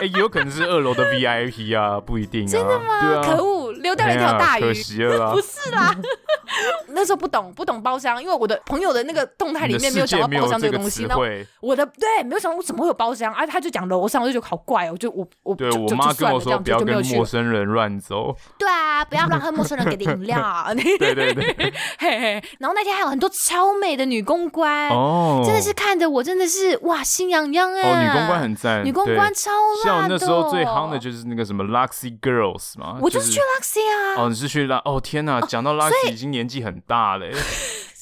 哎、也有可能是二楼的 VIP 啊，不一定啊。真的吗？对啊，
可恶，溜掉了一
哎呀
条大鱼。
可惜了啊
不。是啦， 那时候不懂不懂包厢，因为我的朋友的那个动态
你
里
的
面没
世
有讲
界
到
没
包
有
厢这
这
个
个
东西，
词
然后
汇。
我的对没有想到我怎么会有包厢啊？他就讲楼上，我就觉得好怪哦，我就我我
对
就
我
就
妈
就
跟
算
我
了
说，
这样
不
子
要
就没有
跟
去
陌
了。
生人乱 走。
对啊，不要乱喝陌生人给的饮料。
对对 对，
啊嘿嘿，
然后那天还有很多超美的女公关，
哎
哦，
真的是看的我真的是哇心痒痒哎、
哦，女公关很赞，
女公
对
关超
像
辣的哦，
那时候最夯的就是那个什么 Luxy Girls 嘛，
我就是去 Luxy 啊，
哦，你是去拉哦，天哪！讲到 Luxy 已经年纪很大了，欸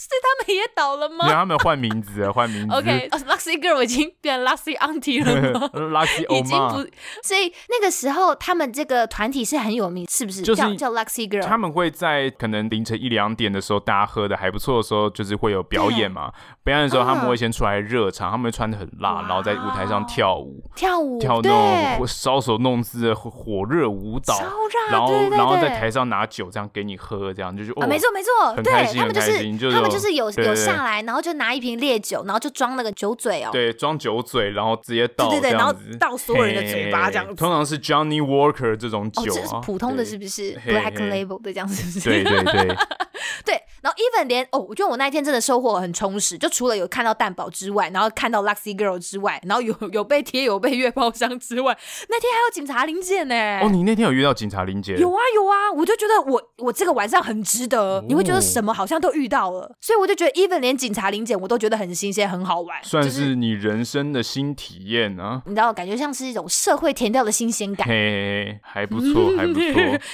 是他们也倒了
因为
吗
他们换名字了，换名字。
？OK，哦 Luxy Girl 已经变 Luxy Auntie 了吗？
Luxy
已
o
经
m
不
a
所以那个时候他们这个团体是很有名，是不是？
就是
叫叫 Luxy Girl。
他们会在可能凌晨一两点的时候，大家喝的还不错的时候，就是会有表演嘛。表演的时候，他们会先出来热场，他们会穿的很辣，然后在舞台上跳舞，
跳舞，
跳
对，
那种搔首弄姿的火火热舞蹈
超辣，
然后
对对对
然后在台上拿酒这样给你喝，这样就是哦
啊，没错没错，
很开
对
心
他们就
很开心
是
就是
他们就是有
对对
有
对
下来，然后就拿一瓶烈酒，然后就装那个酒嘴哦，
对，装酒嘴，然后直接倒这
对
样子，
对对然后倒所有人的嘴巴这样子
嘿通常是 Johnny Walker 这种
哦，
酒
这是
啊，
普通的，是
对
不是
嘿嘿
？Black Label 的这样是不是？
对对对，
对，
然后 even 连哦，我觉得我那一天真的收获很充实，就除了有看到蛋堡之外，然后看到 Luxy Girl 之外，然后有有被贴有被月包厢之外，那天还有警察临检呢。
哦，你那天有遇到警察林姐？
哎有啊有啊，我就觉得我我这个晚上很值得，你会觉得
哦
什么好像都遇到了，所以我就觉得 even 连警察临检我都觉得很新鲜很好玩，
算
就是
是你人生的新体验啊。
你知道感觉像是一种社会填掉的新鲜感。
嘿，还不错，还不错。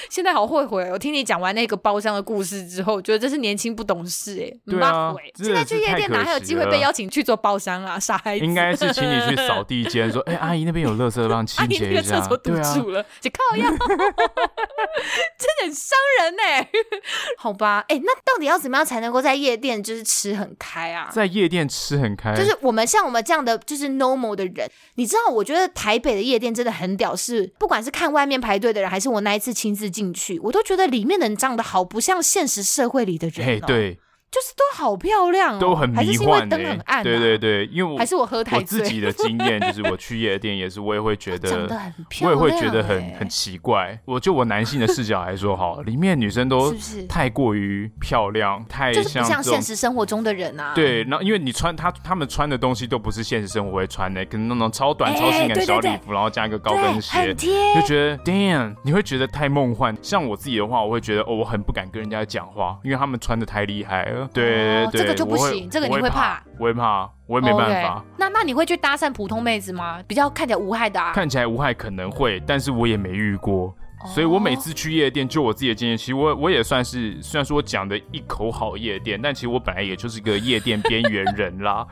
现在好后悔哦，我听你讲完那个包厢的故事之后，我觉得真是年轻不懂事哎，
对啊
妈鬼
真
现
的
在
是
去夜
太
店
可
哪还有
惜
机会
了
被邀请去做包厢啊？傻孩子，
应该是请你去扫地间， 说：“哎、阿姨那边有垃圾，帮
阿
清
姨那
洁一
个
下
哎厕。所”堵
对啊，
住了，就靠腰，真的很伤人呢、 好吧，哎、那
到底要怎么样才能够在夜店就是吃很开啊？
在夜店吃很开，
就是我们像我们这样的就是 normal 的人，你知道，我觉得台北的夜店真的很屌，是不管是看外面排队的人，还是我那一次亲自进去，我都觉得里面的人长得好不像现实社会里的人、哦
嘿，，对，
就是都好漂亮、哦，
都很
还是
迷
是因为
幻的、欸
灯很暗、啊，
对对对，因为我
还是我喝太
我自己
醉，哦
的经验就是， 我去夜店也是，我也会觉
长
得
得很漂
我也
亮、欸，
会觉得很很奇怪。我就我男性的视角来说，好，里面女生都
是不是
太过于漂亮，太
就是不像
这种
现。实生活中的人啊，
对，然后因为你穿他他们穿的东西都不是现实生活会穿的，可能那种超短、
哎
超性
对
感
对
小礼
对
服，然后加一个高
对，
跟鞋
很，贴，
就觉得 damn，你会觉得太梦幻。像我自己的话，我会觉得哦，我很不敢跟人家讲话，因为他们穿的太厉害了。对
哦
对对，
这个就不
我会
行这个你
我
会
会
怕，
我会怕，我也没办法。
OK 那那你会去搭讪普通妹子吗？比较看起来无害的啊。
看起来无害可能会，但是我也没遇过。
哦
所以我每次去夜店，就我自己的经验，其实我我也算是，虽然说我讲的一口好夜店，但其实我本来也就是个夜店边缘人啦。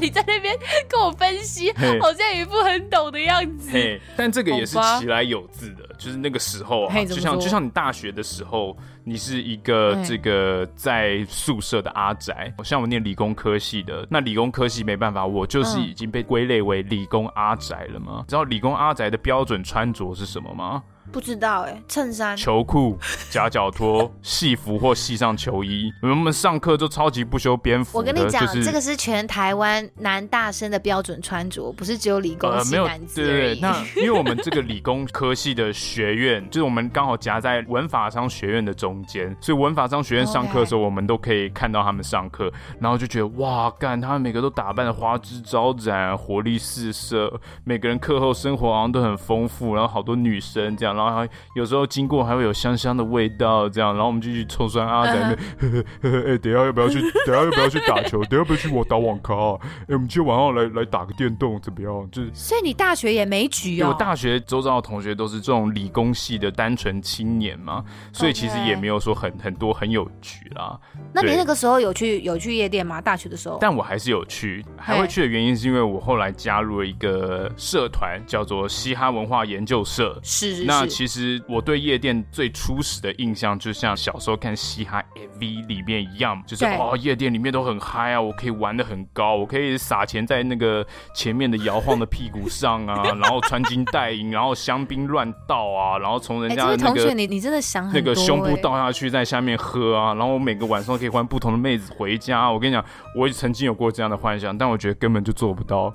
你在那边跟我分析，
嘿
好像一副很懂的样子。
嘿， 但这个也是
好吧
其来有自的，就是那个时候啊，
嘿
就
怎么
像
说
就像你大学的时候，你是一个
嘿
这个在宿舍的阿宅，像我念理工科系的，那理工科系没办法，我就是
嗯
已经被归类为理工阿宅了嘛。知道理工阿宅的标准穿着是什么 吗？
不知道哎、衬衫
球裤、夹脚拖、戏服或系上球衣。我们上课就超级不修边幅
我
的，
跟你讲，
就是
这个是全台湾男大生的标准穿着，不是只有理工
呃，
系
没有
男，子
对
而已。
对 对，那因为我们这个理工科系的学院，就是我们刚好夹在文法商学院的中间，所以文法商学院上课的时候，我们都可以看到他们上课，然后就觉得哇，干，他们每个都打扮的花枝招展，活力四射，每个人课后生活好像都很丰富，然后好多女生这样，然后还有时候经过还会有香香的味道这样，然后我们就去臭酸阿仔
嗯
那边，呵呵呵，哎、等一下要不要去？等一下要不要去打球？等一下要不要去我打网咖、啊？哎、我们今天晚上来来打个电动怎么样？就是
所以你大学也没局
因为
哦。
我大学周遭的同学都是这种理工系的单纯青年嘛，所以其实也没有说很很多很有趣啦。
那你
对
那个时候有去有去夜店吗？大学的时候？
但我还是有去，还会去的原因是因为我后来加入了一个社团，叫做嘻哈文化研究社。
是是
那
是。
其实我对夜店最初始的印象，就像小时候看嘻哈 MV 里面一样，就是
对
哦，夜店里面都很嗨啊，我可以玩的很高，我可以撒钱在那个前面的摇晃的屁股上 啊，然后穿金戴银，然后香槟乱倒啊，然后从人
哎、
家
这
的
位
那
同学，
个。
你你真的想很
那
多、
个胸部
哎
倒下去，在下面喝啊，然后我每个晚上可以换不同的妹子回家。我跟你讲，我曾经有过这样的幻想，但我觉得根本就做不到。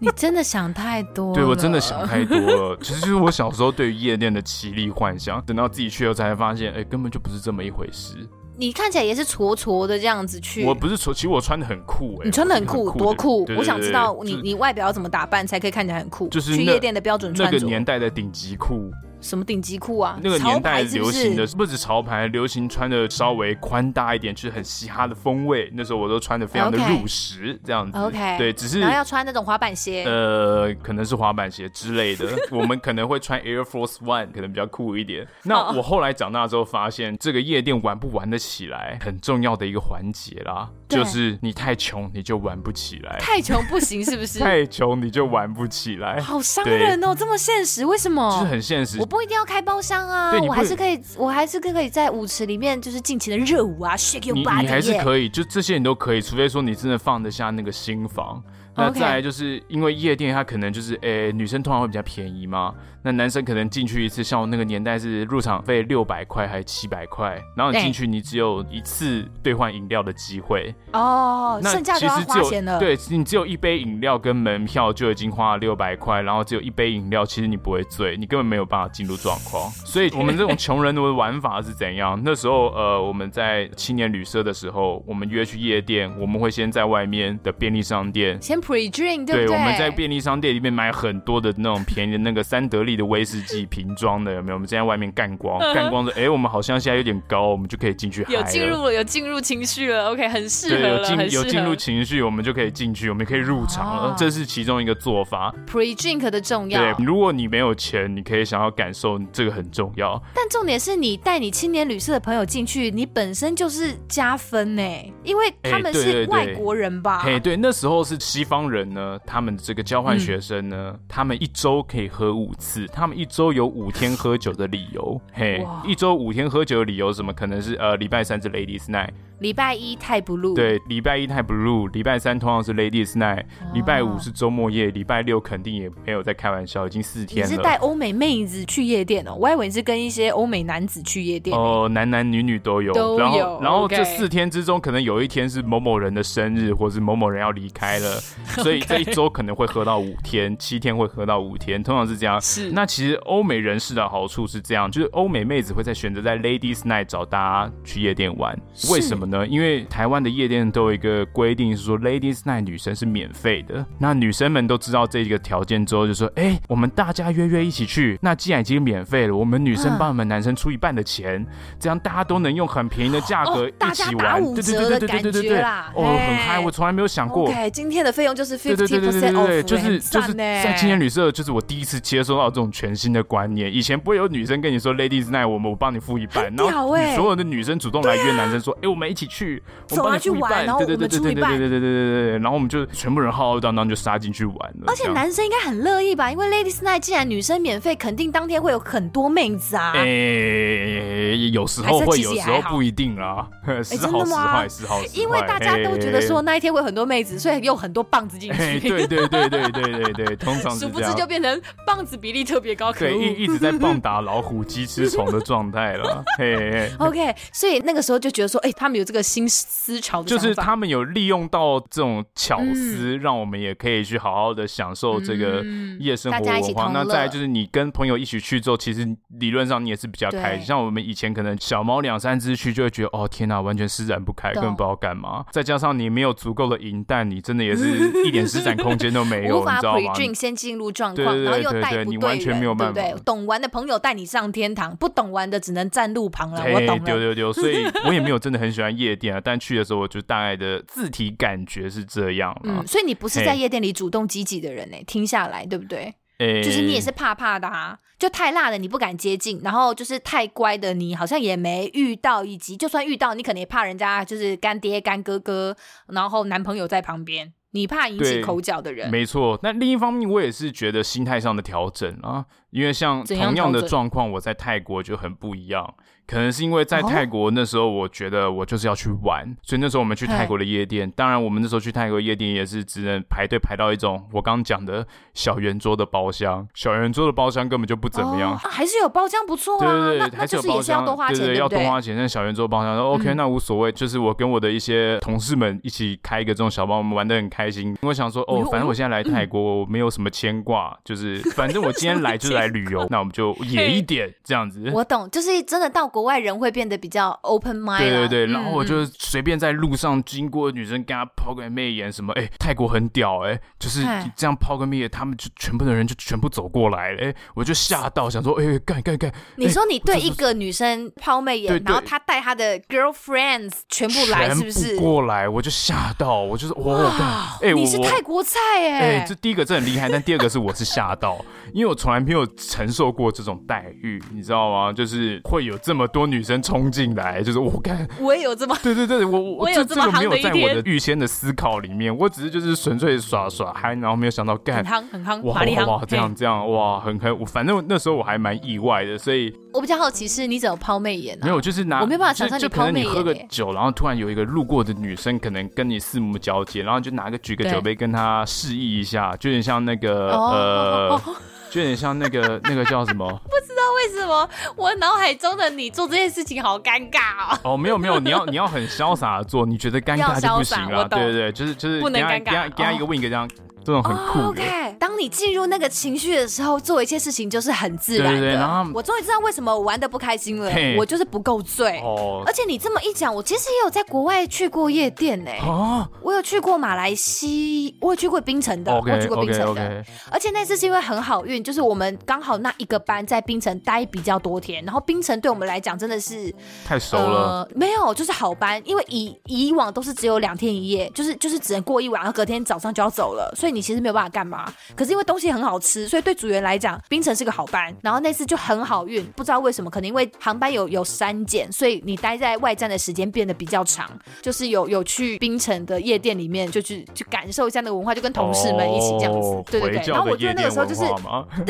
你真的想太多。
对我真的想。太多了，其实就是我小时候对于夜店的绮丽幻想，等到自己去了才发现，哎、根本就不是这么一回事。
你看起来也是矬矬的这样子去。
我不是说，其实我穿的很酷、哎，
你穿的
我
很
是
酷，
的
多酷！
对对
我想
对
知道
就
你
是
你外表要怎么打扮才可以看起来很酷。
就是
去
那
夜店的标准
那
穿
个
着，
年代的顶级酷，
什么顶级裤啊？
那个
潮
年代
牌是
流
不
行的
是
不止潮牌，流行穿的稍微宽大一点，就是很嘻哈的风味。那时候我都穿的非常的
OK
入时，这样子。
哦 OK
对，只是
然后要穿那种滑板鞋。
呃，可能是滑板鞋之类的，我们可能会穿 Air Force One，可能比较酷一点。
哦
那我后来长大之后发现，这个夜店玩不玩得起来，很重要的一个环节啦，
对
就是你太穷你就玩不起来，
太穷不行，是不是？
太穷你就玩不起来，
好伤人哦，这么现实，为什
就是
么？
很现实
我。不一定要开包厢啊
对，你
我
不
还是可以，我还是可以在舞池里面就是尽情的热舞啊，shake your
你
body，
你还是
耶
可以，就这些你都可以，除非说你真的放得下那个心房。那再来就是因为夜店，它可能就是诶、女生通常会比较便宜嘛，那男生可能进去一次，像我那个年代是入场费六百块还七百块，然后你
对
进去你只有一次兑换饮料的机会，
哦，
那
剩下
其
就要
实只
花
有
钱了。，
对你只有一杯饮料跟门票就已经花了六百块，然后只有一杯饮料，其实你不会醉，你根本没有办法进入状况。所以我们这种穷人的玩法是怎样？ 那时候呃，我们在青年旅社的时候，我们约去夜店，我们会先在外面的便利商店。
先 pre drink 对不
对，
对？
我们在便利商店里面买很多的那种便宜的那个三得利的威士忌瓶装的，有没有？我们现在外面干光，
嗯
干光的，哎、我们好像现在有点高，我们就可以进去嗨
有
了
进入了，有进入情绪了，OK，很适
对，
合
有
了，哦很
进
适
有
合。
进入情绪，我们就可以进去，我们可以入场了。
啊
这是其中一个做法。
pre drink 的重要
对，。如果你没有钱，你可以想要感受，这个很重要。
但重点是你带你青年旅社的朋友进去，你本身就是加分呢，因为他们
哎对对对
是外国人
啊
吧？
嘿，对，那时候是西方人呢，他们这个交换学生呢，
嗯
他们一周可以喝五次，他们一周有五天喝酒的理由。嘿
哇，
一周五天喝酒的理由，什么可能是呃，礼拜三是 Ladies Night，
礼拜一太 blue，，
对，礼拜一太 blue，礼拜三通常是 Ladies Night，礼
哦
拜五是周末夜，礼拜六肯定也没有在开玩笑，已经四
你
天了。
是带欧美妹子去夜店哦，我还以为你是跟一些欧美男子去夜店。
哦、男男女女都有。
都
然后
有，
然后这
OK
四天之中，可能有一天是某某人的生日，或是某某人要离开了，所 以这一周可能会喝到五天，七天会喝到五天，通常是这样。
是
那其实欧美人士的好处是这样，就是欧美妹子会在选择在 Ladies Night 找大家去夜店玩，为什么呢？因为台湾的夜店都有一个规定是说 Ladies Night 女生是免费的，那女生们都知道这个条件之后，就说，哎、我们大家约约一起去，那既然已经免费了，我们女生
嗯
帮我们男生出一半的钱，这样大家都能用很便宜的价格
哦大
一
家
起
打
玩，
五
对对
折
对
的
对对对对
感觉
对，
啦
哦，很嗨，
嘿
我从来没有想过。
OK，今天的费用就是
对对
fifty
对对对对
percent off，哎
对，就是
很
就
赞
是
呢
在青年旅社，就是我第一次接收到这种全新的观念。以前不会有女生跟你说 “ladies night”，我们我帮你付一半，
很
然
屌
后
欸
你所有的女生主动来约男生说：“哎，我们一起去，我
走啊
帮你
去
付一
玩
半。”
然后
对对对
我们
对
出
对对
一
对
半
对对对，然后我们就全部人浩浩荡荡就杀进去玩了。
而且
这样
男生应该很乐意吧，因为 Ladies Night 既然女生免费，肯定当天会有很多妹子啊。
哎，有时候
还
会，
是其实
有
也
时候
还好
不一定啦，是
真的
好是
吗
坏，是好是坏。
因为大家都觉得
嘿
说那一天会有很多妹子，所以有很多棒 子进
嘿，
去，
哎对对对对对对对，通常是
殊不
这
知
样。
就变成棒子比例特别高，可
对，
恶。
一一直在棒打老虎、鸡吃虫的状态 了。嘿嘿，
OK，所以那个时候就觉得说，哎、他们有这个新思潮的
就
想法，嗯
是他们有利用到这种巧思，让我们也可以去好好的享受这个夜生活
嗯大家一起
文化。
同
那
乐
再来就是你跟朋友一起去之后，其实理论上你也是比较开心。
对
像我们以前可能小猫两三只去，就会觉得哦天哪、完全施展不开，根
懂
本不知道干嘛。再加上你没有足够的银弹，你真的也 是一点施展空间都没有，
无
你
法
知道
pre
吗？
drink 先进入状
对
况，
对
然后又
对
带
对
不
你
人，
完全没有办法
对不对？懂玩的朋友带你上天堂，不懂玩的只能站路旁了。啊我懂
对对
了。
对，所 以我也没有真的很喜欢夜店啊， 但去的时候我就大概的字体感觉是这样了
嗯，。所以你不是
嘿
在夜店里主动积极的人呢、欸听下来对不对？
诶、
就是你也是怕怕的啊，就太辣的你不敢接近，然后就是太乖的你好像也没遇到，以及就算遇到，你可能也怕人家就是干爹干哥哥，然后男朋友在旁边，你怕引起
对
口角的人。
没错。那另一方面，我也是觉得心态上的调整啊，因为像
怎样
同样的
调整
状况，我在泰国就很不一样。可能是因为在泰国那时候，我觉得我就是要去玩，所以那时候我们去泰国的夜店。当然，我们那时候去泰国夜店也是只能排队排到一种我刚刚讲的小圆桌的包厢，小圆桌的包厢根本就不怎么样
哦，啊还是有包厢不错啊，
对对
那
对，
那
还是
就
有
是
包
也是要
厢，
多花钱，
对对，要
不
多
对？嗯
花钱。那小圆桌包厢，然后 OK，、那无所谓，就是我跟我的一些同事们一起开一个这种小包，我们玩的很开心。我想说，
哎
哦
呦，
反正我现在来泰国，我没有什么牵挂， 就是反正我今天来就是来旅游，那我们就野一点这样子。
我懂，就是真的到国外人会变得比较 open mind，
对
啦
对对，然
嗯
后我就随便在路上经过的女生，跟她抛个媚眼什么，哎、泰国很屌哎、就是
嗨
这样抛个媚眼，他们就全部的人就全部走过来了，哎、我就吓到，想说，哎、干干干，
你
哎
说你对一个女生抛媚眼，
对对
然后她带她的 girlfriends 全部来，是不
全
是
部？过来，我就吓到，我就是哇，我干哎、我
你是
我
泰国菜
哎、
哎、
这第一个真的很厉害，但第二个是我是吓到，因为我从来没有承受过这种待遇，你知道吗？就是会有这么多女生冲进来，就是我 看
我也有这么
对对对，我
我有
这
这么
个没
行
有
的一
在我的
天
预先的思考里面，我只是就是纯粹耍耍嗨，然后没有想到干
很。夯很夯，
哇
玛丽
哇
夯
哇，这样这样哇，很很，我反正那时候我还蛮意外的，所以
我比较好奇是你怎么抛媚眼
没
啊？
有就是拿
我没有办法想象
就就
你
可能
抛媚
你喝个
眼欸
酒，然后突然有一个路过的女生，可能跟你四目交接，然后就拿个举个
对
酒杯跟她示意一下，就有点像那个呃
哦，
就有点像那个那个叫什 么？
为什么我脑海中的你做这件事情好尴尬哦？
哦，没有没有，你要你要很潇洒的做，你觉得尴
要
尬就不
潇洒
行
我
了，
懂
对对对，就是就是
不能
给她
尴尬
给她给她一个 wink 这样，这种很酷的。
哦 OK，当你进入那个情绪的时候，做一切事情就是很自
对
然
对
的。
对，然后
我终于知道为什么我玩的不开心了
嘿，
我就是不够醉。
哦
而且你这么一讲，我其实也有在国外去过夜店呢、
哦
我有去过马来西，我有去过槟城的我有
，OK
去过槟
OK
城的。
OK，
而且那次是因为很好运，就是我们刚好那一个班在槟城待比较多天，然后槟城对我们来讲真的是
太熟了，
呃，没有，就是好班，因为以以往都是只有两天一夜，就是就是只能过一晚，然后隔天早上就要走了，所以你其实没有办法干嘛。可是因为东西很好吃，所以对组员来讲，槟城是个好班。然后那次就很好运，不知道为什么，可能因为航班有有删减，所以你待在外站的时间变得比较长，就是有有去槟城的夜店里面，就去去感受一下那个文化，就跟同事们一起这样子，
哦
对对
回
对。
教
然后
的
我觉得
夜
那个
店
时候就是
文化嘛啊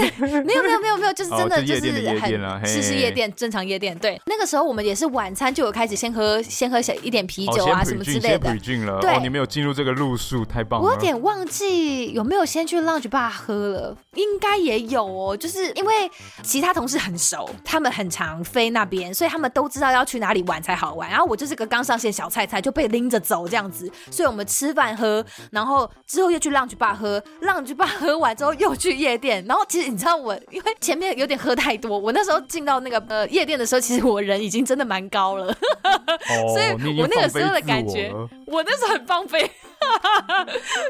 没有没有没 有没有，就是真
哦
的
是
就
夜
是
店的夜店啊
很
嘿
是是夜店正常夜店。对，那个时候我们也是晚餐就有开始先喝先喝小一点啤
哦
酒啊
先
什
普
么
俊
之类
先
的
普。俊了，
对
哦，你没有进入这个路数，太棒了。
我有点忘记有没有先去 lounge bar 喝了，应该也有哦。就是因为其他同事很熟，他们很常飞那边，所以他们都知道要去哪里玩才好玩。然后我就是个刚上线小菜菜，就被拎着走这样子。所以我们吃饭喝，然后之后又去 lounge bar 喝，lounge bar 喝完之后又去夜店。然后其实你知道我，因为前面有点喝太多，我那时候进到那个呃夜店的时候，其实我人已经真的蛮高了。
哦，
所以
你已经
我那个
放
时候
飞
的
自
感
我
觉
了
我那时候很放飞，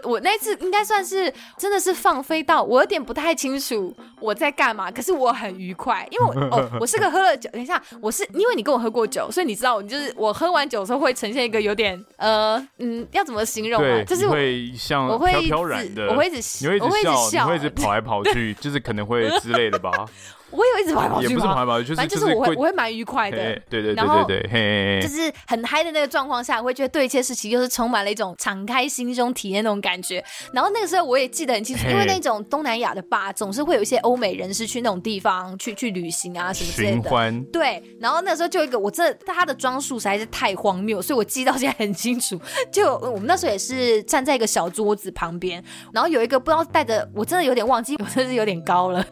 我那次应该算是真的是放飞到我有点不太清楚我在干嘛，可是我很愉快，因为 我哦，我是个喝了酒，等一下，我是因为你跟我喝过酒，所以你知道，我就是我喝完酒的时候会呈现一个有点呃嗯，要怎么形容啊？
对，
就是
你
我
会像
我会
飘
一
飘
直
然的，
我会一直
你会一
我
直
会一直
笑，你
笑
会一直跑来跑 去，就是可能会之类的吧，
我有一 直跑来跑
也
去
不是跑
吗？
来跑去，就
反
是
正就是是我会
会
我会蛮愉快的
嘿，对对对
然后
对对，嘿
就
嘿，
是很嗨的那个状况下，我会觉得对一切事情就是充满了一种敞开心胸体验那种感觉。然后那个时候我也记得很清楚，
嘿
因为那种东南亚的吧，总是会有一些欧美人士去那种地方去去旅行啊什么之类
寻
的。
欢。
对，然后那时候就有一个，我真的他的装束实在是太荒谬，所以我记到现在很清楚。就有我们那时候也是站在一个小桌子旁边，然后有一个不知道戴着，我真的有点忘记，我真的是有点高了。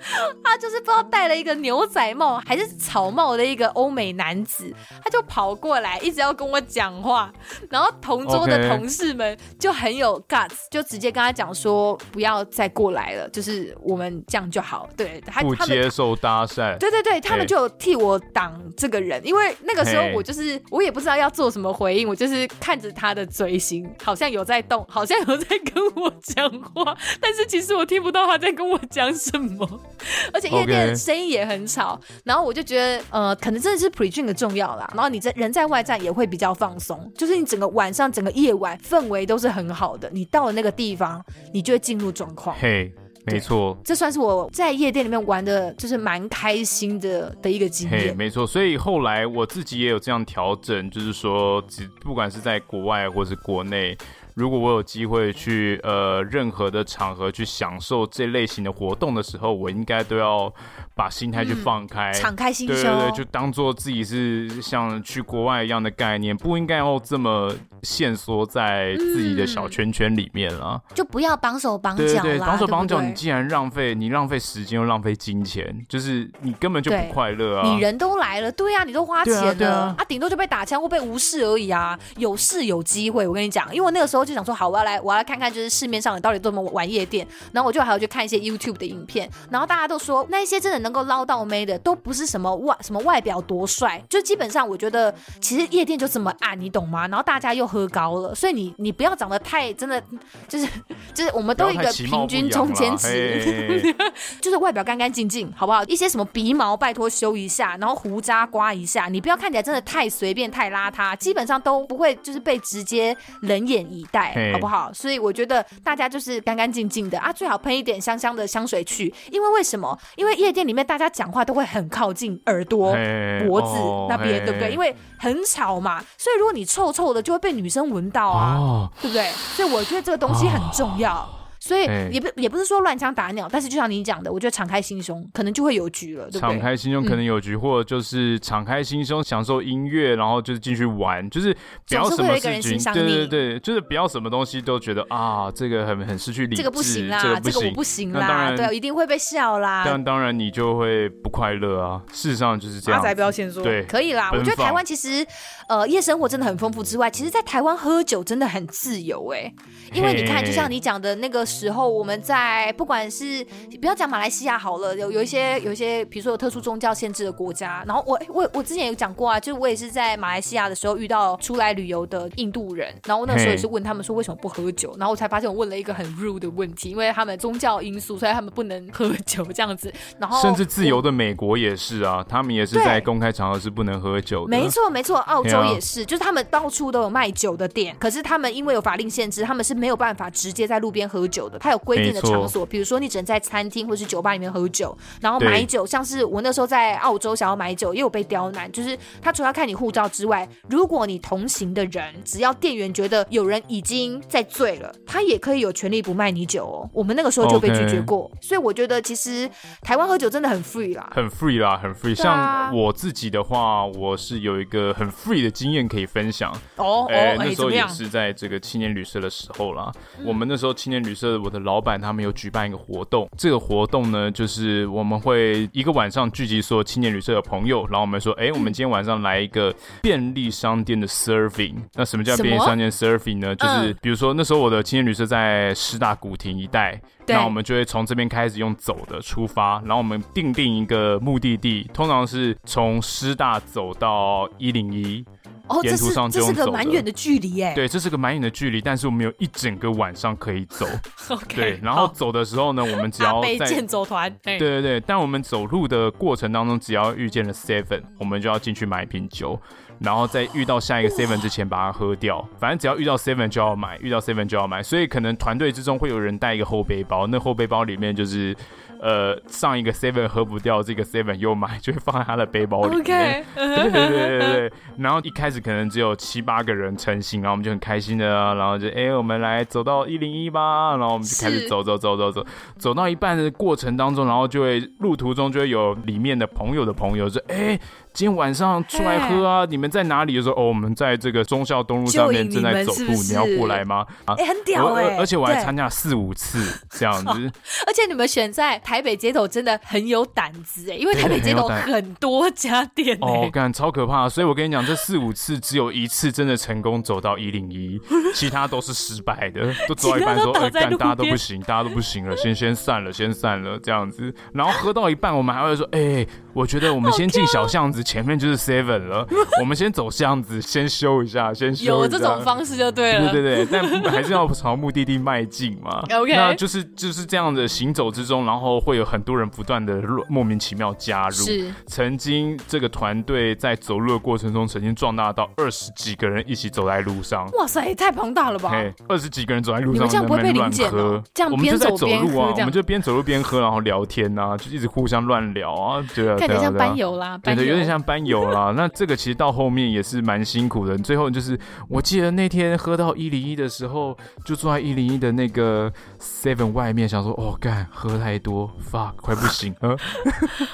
他就是不知道戴了一个牛仔帽还是草帽的一个欧美男子，他就跑过来一直要跟我讲话，然后同桌
OK
的同事们就很有 guts，就直接跟他讲说不要再过来了，就是我们这样就好。对他
不
他们
接受搭讪，
对对对，他们就有替我挡这个人，因为那个时候
嘿
我就是我也不知道要做什么回应，我就是看着他的嘴型，好像有在动， 好像有在跟我讲话，但是其实我听不到他在跟我讲什么， 而且夜
OK
店声音也很吵然后我就觉得呃，可能真的是 pre d r i n 的重要啦，然后你在人在外站也会比较放松，就是你整个晚上整个夜晚氛围都是很好的，你到了那个地方，你就会进入状况。
嘿，没错，
这算是我在夜店里面玩的，就是蛮开心的的一个经
嘿，
验。
没错，所以后来我自己也有这样调整，就是说，只不管是在国外或是国内，如果我有机会去呃任何的场合去享受这类型的活动的时候，我应该都要把心态去放开。
嗯敞开心
对
胸，
对对，就当做自己是像去国外一样的概念，不应该要这么限缩在自己的小圈圈里面了。
就不要绑手嗯绑
对
脚
对
啦，
对，绑手
对不
绑脚，
对
你既然浪费，你浪费时间又浪费金钱，就是你根本就不
对
快乐啊！
你人都来了，对啊，你都花钱了，
对啊对啊
顶多就被打枪或被无视而已啊。有事有机会，我跟你讲，因为我那个时候就想说，好，我要来，我要来看看，就是市面上有到底怎么玩夜店。然后我就还有去看一些 YouTube 的影片，然后大家都说那一些真的能够捞到妹的，都不是什么外什么外表多帅，就基本上我觉得其实夜店就这么暗，你懂吗？然后大家又喝高了，所以你你不要长得太真的，就是就是我们
不
都
要
有
太
一个
其貌不
平
扬
均
啊
中间
啦
值。
嘿嘿 嘿
就是外表干干净净，好不好？一些什么鼻毛拜托修一下，然后胡渣刮一下，你不要看起来真的太随便、太邋遢，基本上都不会就是被直接冷眼以待
嘿，
好不好？所以我觉得大家就是干干净净的啊，最好喷一点香香的香水去，因为为什么？因为夜店里面大家讲话都会很靠近耳朵、
嘿
脖子
哦
那边，
嘿
对不对？因为很吵嘛，所以如果你臭臭的，就会被女生闻到啊。
哦，
对不对？所以我觉得这个东西很重要。所以
哎
也不也不是说乱枪打鸟，但是就像你讲的，我觉得敞开心胸可能就会有局了，对不
敞
对？
开心胸可能有局，或者就是敞开心胸享受音乐，然后就是进去玩，就是不要
总是
什
会有
么
一个
事
人
情
欣，赏
对
你
对对，就是不要什么东西都觉得啊，这个很很失去理智，
这个不行啦，
这个
这
不
个我
行。
不行
那当
啦，
然啊
对啊，一定会被笑啦。
但当然你就会不快乐啊，事实上就是这
阿
样
仔。不要先说，
对
可以啦。我
奔
觉得
放
台湾其实，呃，夜生活真的很丰富之外，其实，在台湾喝酒真的很自由哎、因为你看，
嘿
就像你讲的那个时候，我们在不管是不要讲马来西亚好了，有有一些有一些，比如说有特殊宗教限制的国家，然后我我我之前有讲过啊，就是我也是在马来西亚的时候遇到出来旅游的印度人，然后我那时候也是问他们说为什么不喝酒，然后我才发现我问了一个很 rude 的问题，因为他们宗教因素，所以他们不能喝酒这样子，然后
甚至自由的美国也是啊，他们也是
对
在公开场合是不能喝酒的。
没错，没错，澳
对
洲
啊
也是，就是他们到处都有卖酒的店，可是他们因为有法令限制，他们是没有办法直接在路边喝酒的，它有规定的
没错
场所，比如说你只能在餐厅或是酒吧里面喝酒，然后
对
买酒，像是我那时候在澳洲想要买酒，也有被刁难，就是他除了要看你护照之外，如果你同行的人，只要店员觉得有人已经在醉了，他也可以有权利不卖你酒哦。我们那个时候就被拒绝
OK
过所以我觉得其实台湾喝酒真的很 free 啦，
很 free 啦，很 free。
对啊
像我自己的话，我是有一个很 free 的经验可以分享。
哦哦，
哎、
哎
那时
怎
候
么
也
样？嗯
是在这个青年旅社的时候啦。我们那时候青年旅社，我的老板他们有举办一个活动。这个活动呢，就是我们会一个晚上聚集所有青年旅社的朋友，然后我们说，哎、
嗯
我们今天晚上来一个便利商店的 surfing。那什么叫
什么
便利商店 surfing 呢？就是
嗯
比如说那时候我的青年旅社在师大古亭一带，
对
那我们就会从这边开始用走的出发，然后我们定定一个目的地，通常是从师大走到一零一。
哦，
沿
这
途
是
上
这
就是用
个
走
蛮
的
远的距离 哎。
对，这是个蛮远的距离，但是我们有一整个晚上可以走。
OK，
对，然
好
后走的时候呢，我们只
阿
要
贝
在
健走团，对
哎
对对对，但我们走路的过程当中，只要遇见了 Seven，我们就要进去买一瓶酒，然后在遇到下一个 Seven 之前把它喝掉。反正只要遇到 Seven 就要买，遇到 Seven 就要买，所以可能团队之中会有人带一个后背包，那后背包里面就是。呃，上一个 seven 喝不掉，这个 seven 又买，就会放在他的背包里面。
OK，
对对对对对。 然后一开始可能只有七八个人成型，然后我们就很开心的啊，然后就哎、我们来走到一零一吧，然后我们就开始
是
走走走走走，走到一半的过程当中，然后就会路途中就会有里面的朋友的朋友说，哎、今天晚上出来喝啊！你们在哪里？就说哦，我们在这个忠孝东路上
就
面
以
正在
你们
走路，
是不
你
是
要过来吗？啊，
哎、很屌
我
哎、
而而且我还
对
参加了四五次这样子，
而且你们选在台北街头真的很有胆子
欸
哎，因为台北街头
对很有胆
很多家店
哦
哎，，
干超可怕！所以我跟你讲，这四五次只有一次真的成功走到一零一，其他都是失败的，都走到一半
其他
说
都倒
哎
在
干、
路
大家都
边
不行，大家都不行了，先先散了，先散了这样子。然后喝到一半，我们还会说，哎、我觉得我们先进小巷子，前面就是 Seven 了，我们先走巷子，先修一下，先修一下。
有这种方式就对啊
对
了。
对对，但 还是要朝目的地迈进嘛。
OK
那就是就是这样的行走之中，然后会有很多人不断的莫名其妙加入。
是
曾经这个团队在走路的过程中，曾经壮大到二十几个人一起走在路上。
哇塞，也太庞大了吧！
嘿，二十几个人走在路
你
上，
们这样
在
不会
那边
被
乱
临检
喝
哦，这样
我们就
边
在
走
走
边
路啊
喝，这
我们
样
就边走路边喝，然后聊天呐、就一直互相乱聊啊，对啊，
感
对
觉
啊
像
对啊
班友啦，
对
班友
对，有点像班友 啦。那这个其实到后面也是蛮辛苦的。最后就是，我记得那天喝到一零一的时候，就坐在一零一的那个 Seven 外面，想说，哦，干，喝太多，fuck，快不行。 呃，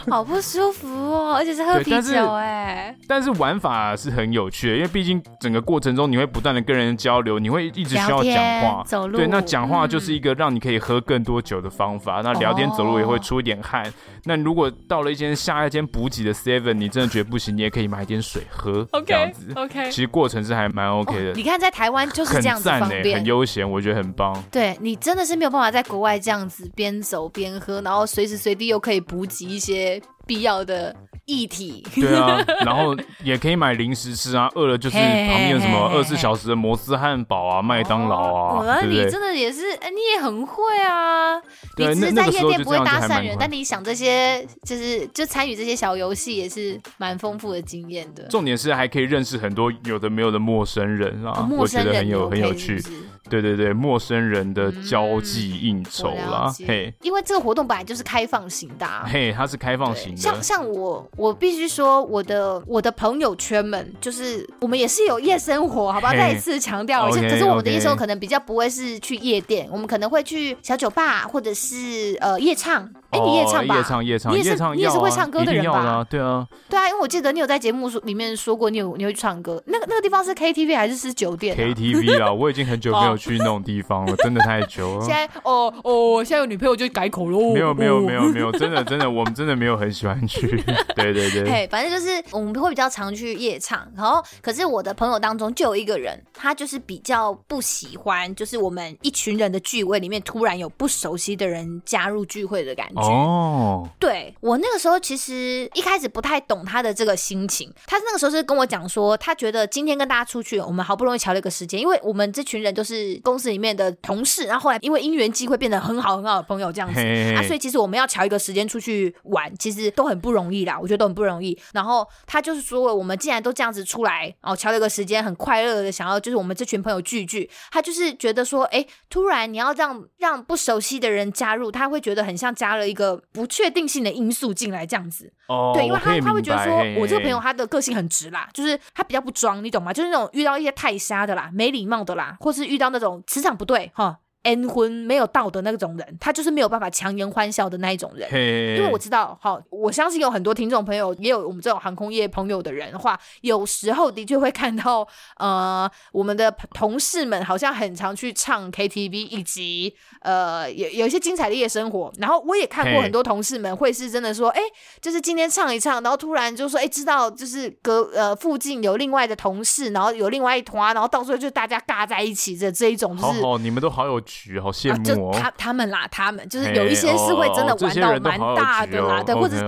好不舒服哦，而且是喝
对
啤
但是
酒哎、
但是玩法是很有趣的，因为毕竟整个过程中你会不断的跟人交流，你会一直需要讲
聊天
话。
走路，嗯
对，那讲话就是一个让你可以喝更多酒的方法。那聊天走路
哦
也会出一点汗。那如果到了一间下一间补给的 Seven，你真的觉得不行，你也可以买点水喝。这样
OK
子。
OK
其。实过程是还蛮 OK 的，
你看在台湾哦就是
很
这样子
赞
方
呢、
便
很。悠闲，我觉得很棒。
对你真的是没有办法在国外这样子边走边喝，然后随时随地又可以补给一些必要的
液体，
对 啊，然后也可以买零食吃啊，饿了就是旁边有什么
嘿嘿嘿
二十四小时的摩斯汉堡啊、麦当劳
我觉
哦
啊，
得
对不
你
对
真？的也是，哎你也很会啊。
对，
你只
那
是
那
在
个
夜
时候
店
就这
不会
样就
搭
还
讪
蛮
人，
快
但你想这些就是就参与这些小游戏也是蛮丰富的经验的。
重点是还可以认识很多有的没有的陌生人啊，
哦陌
我觉
生
得
人
很有很有
OK 是
趣
不。是
对对对，陌生人的交际应酬
嗯我了
啦，
解
嘿
因为这个活动本来就是开放型的、啊。
嘿，它是开放型
对
的
像，像我，我必须说，我的我的朋友圈们，就是我们也是有夜生活，好不好？
嘿
再一次强调一下，
OK，
可是我们的
OK
夜生活可能比较不会是去夜店，我们可能会去小酒吧或者是呃夜唱。哎，你夜唱吧？
哦夜唱夜唱
你也是
夜唱要啊，
你也是会唱歌的
一定
人
要
吧
啊对 啊，
对啊，因为我记得你有在节目说里面说过，你有你会去唱歌。那个那个地方是 KTV 还是是酒店、啊？
KTV 啦，我已经很久没有去那种地方了，真的太久了
现。在哦哦，我现在有女朋友就改口喽。
没有没有
哦
没有没有，真的真的，我们真的没有很喜欢 去。对对对，
嘿，反正就是我们会比较常去夜场，然后可是我的朋友当中就有一个人，他就是比较不喜欢，就是我们一群人的聚会里面突然有不熟悉的人加入聚会的感觉。
哦，
对我那个时候其实一开始不太懂他的这个心情，他那个时候是跟我讲说，他觉得今天跟大家出去，我们好不容易瞧了一个时间，因为我们这群人都是公司里面的同事，然后后来因为因缘机会变得很好很好的朋友这样子
嘿
啊，所以其实我们要瞧一个时间出去玩，其实都很不容易啦，我觉得都很不容易。然后他就是说，我们既然都这样子出来哦，瞧了一个时间，很快乐的想要就是我们这群朋友聚一聚，他就是觉得说，哎，突然你要让让不熟悉的人加入，他会觉得很像加了一个不确定性的因素进来这样子。
哦，
对，因
我
为
可
他
以
他会
明
觉得
白
说
嘿，
我这个朋友
嘿
他的个性很直啦，就是他比较不装，你懂吗？就是那种遇到一些太瞎的啦、没礼貌的啦，或是遇到那种磁场不对哈、恩婚没有道的那种人，他就是没有办法强颜欢笑的那一种人。
嘿，
因为我知道，好，我相信有很多听众朋友，也有我们这种航空业朋友的人的话，有时候的确会看到，呃，我们的同事们好像很常去唱 KTV，以及呃，有有一些精彩的夜生活。然后我也看过
嘿
很多同事们会是真的说，哎、就是今天唱一唱，然后突然就说，哎、知道就是隔呃附近有另外的同事，然后有另外一团，然后到时候就大家尬在一起的这一种，就
好
是。
好，你们都好有局，好羡
啊，
慕
就
哦。
他他们啦，他们就是有一些是会真的玩到蛮大的
哦
啦，对，或者是。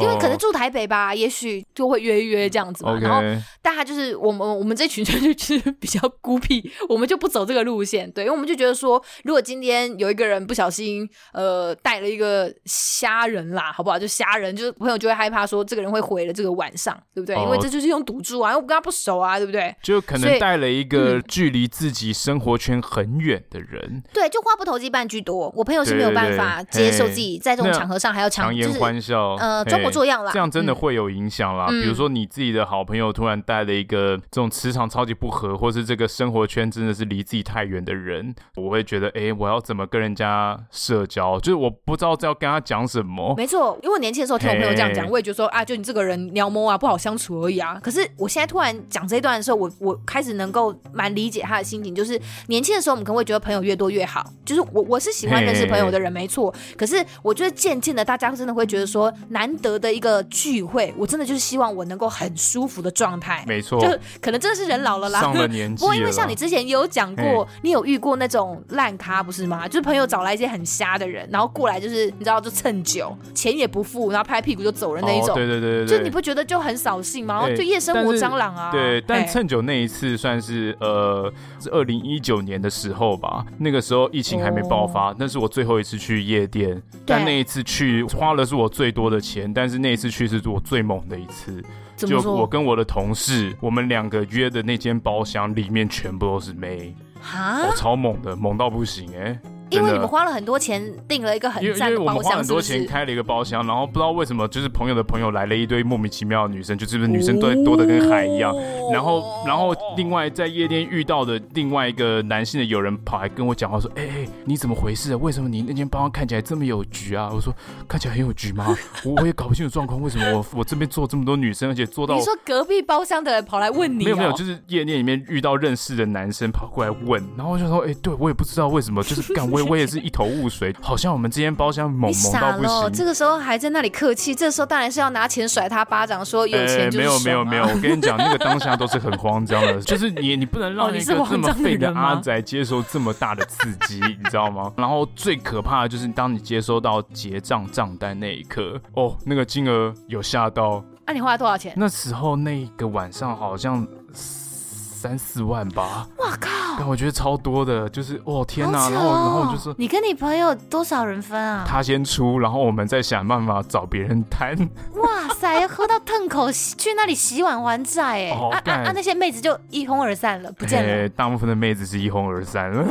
因为可能住台北吧，也许就会约一约这样子嘛。
OK，
然后，但他就是我们我们这群人就是比较孤僻，我们就不走这个路线，对，因为我们就觉得说，如果今天有一个人不小心呃带了一个虾人啦，好不好？就虾人，就是朋友就会害怕说这个人会毁了这个晚上，对不对？
哦
因为这就是用赌注啊，因为我跟他不熟啊，对不对？
就可
所以嗯
能带了一个距离自己生活圈很远的人，
对，就话不投机半句多。我朋友是没有
对对
办
对
法
嘿
接受自己在这种
那
场合上还要强，
强
就
颜
是
欢笑，
呃
嘿
装模作样啦，
这样真的
嗯
会有影响啦。
嗯
比如说你自己的好朋友突然带了一个这种磁场超级不合，或是这个生活圈真的是离自己太远的人，我会觉得，哎、我要怎么跟人家社交？就是我不知道要跟他讲什么。
没错，因为我年轻的时候听我朋友这样讲，
哦嘿
我也觉得说啊，就你这个人撩摸啊，不好相处而已啊。可是我现在突然讲这一段的时候，我我开始能够蛮理解他的心情，就是年轻的时候我们可能会觉得朋友越多越好，就是我我是喜欢认识朋友的人没错，可是我觉得渐渐的大家真的会觉得说，难得的一个聚会，我真的就是希望我能够很舒服的状态，
没错
就，可能真的是人老了啦，
上 了年纪
不过因为
了
像你之前也有讲过
嘿，
你有遇过那种烂咖不是吗？就是朋友找来一些很瞎的人，然后过来就是你知道就蹭酒，钱也不付，然后拍屁股就走人那一种。
哦、对对对对对，
就你不觉得就很扫兴吗？然后
哎
就夜生活
但是
蟑螂啊！
对，但
哎
趁酒那一次算是呃，是二零一九年的时候吧，那个时候疫情还没爆
哦
发，那是我最后一次去夜店。但那一次去花了是我最多的钱，但是那一次去是我最猛的一次。
怎
就
么
我
说
跟我的同事，我们两个约的那间包厢里面全部都是妹，
啊
我、？超猛的，猛到不行哎、
因为
真
你
的
们花了很多钱订了一个很
因为因
赞
为
的
我们
包
花
厢，
很
是
多
不
钱
是？
开了一个包厢，然后不知道为什么就是朋友的朋友来了一堆莫名其妙的女生，就是不是女生多多的跟海一
哦
样。然后，然后另外在夜店遇到的另外一个男性的友人跑来跟我讲话说：“哎、哎，你怎么回事、啊？为什么你那间包厢看起来这么有局啊？”我说：“看起来很有局 吗？我我也搞不清楚状况，为什么我我这边坐这么多女生，而且坐到
你说隔壁包厢的人跑来问你、哦，
没有没有，就是夜店里面遇到认识的男生跑过来问，然后我就说，哎、对我也不知道为什么，就是干我也我 也是一头雾水，好像我们之间包厢猛
你
猛到
傻
不
了！哦
行。
这个时候还在那里客气，这个时候当然是要拿钱甩他巴掌，说有钱就是、
哎没
啊
有没有没有，，我跟你讲，那个当下都是很慌张 的，就是你你不能让
哦
一
你
个
是
这
慌
么
张的
废的
人吗
阿仔接受这么大的刺激，你知道 吗？然后最可怕的就是当你接收到结账账单那一刻，哦，那个金额有吓到，
那、你花了多少钱？
那时候那个晚上好像三四万吧，
哇靠！
但我觉得超多的，就是哦天哪、
好扯
然后然后
哦
我就说
你跟你朋友多少人分 啊？
他先出，然后我们再想办法找别人摊。
哇塞，要喝到痛口，去那里洗碗还债哎、
哦
啊啊
干
啊！那些妹子就一哄而散了，不见了。
哎大部分的妹子是一哄而散了。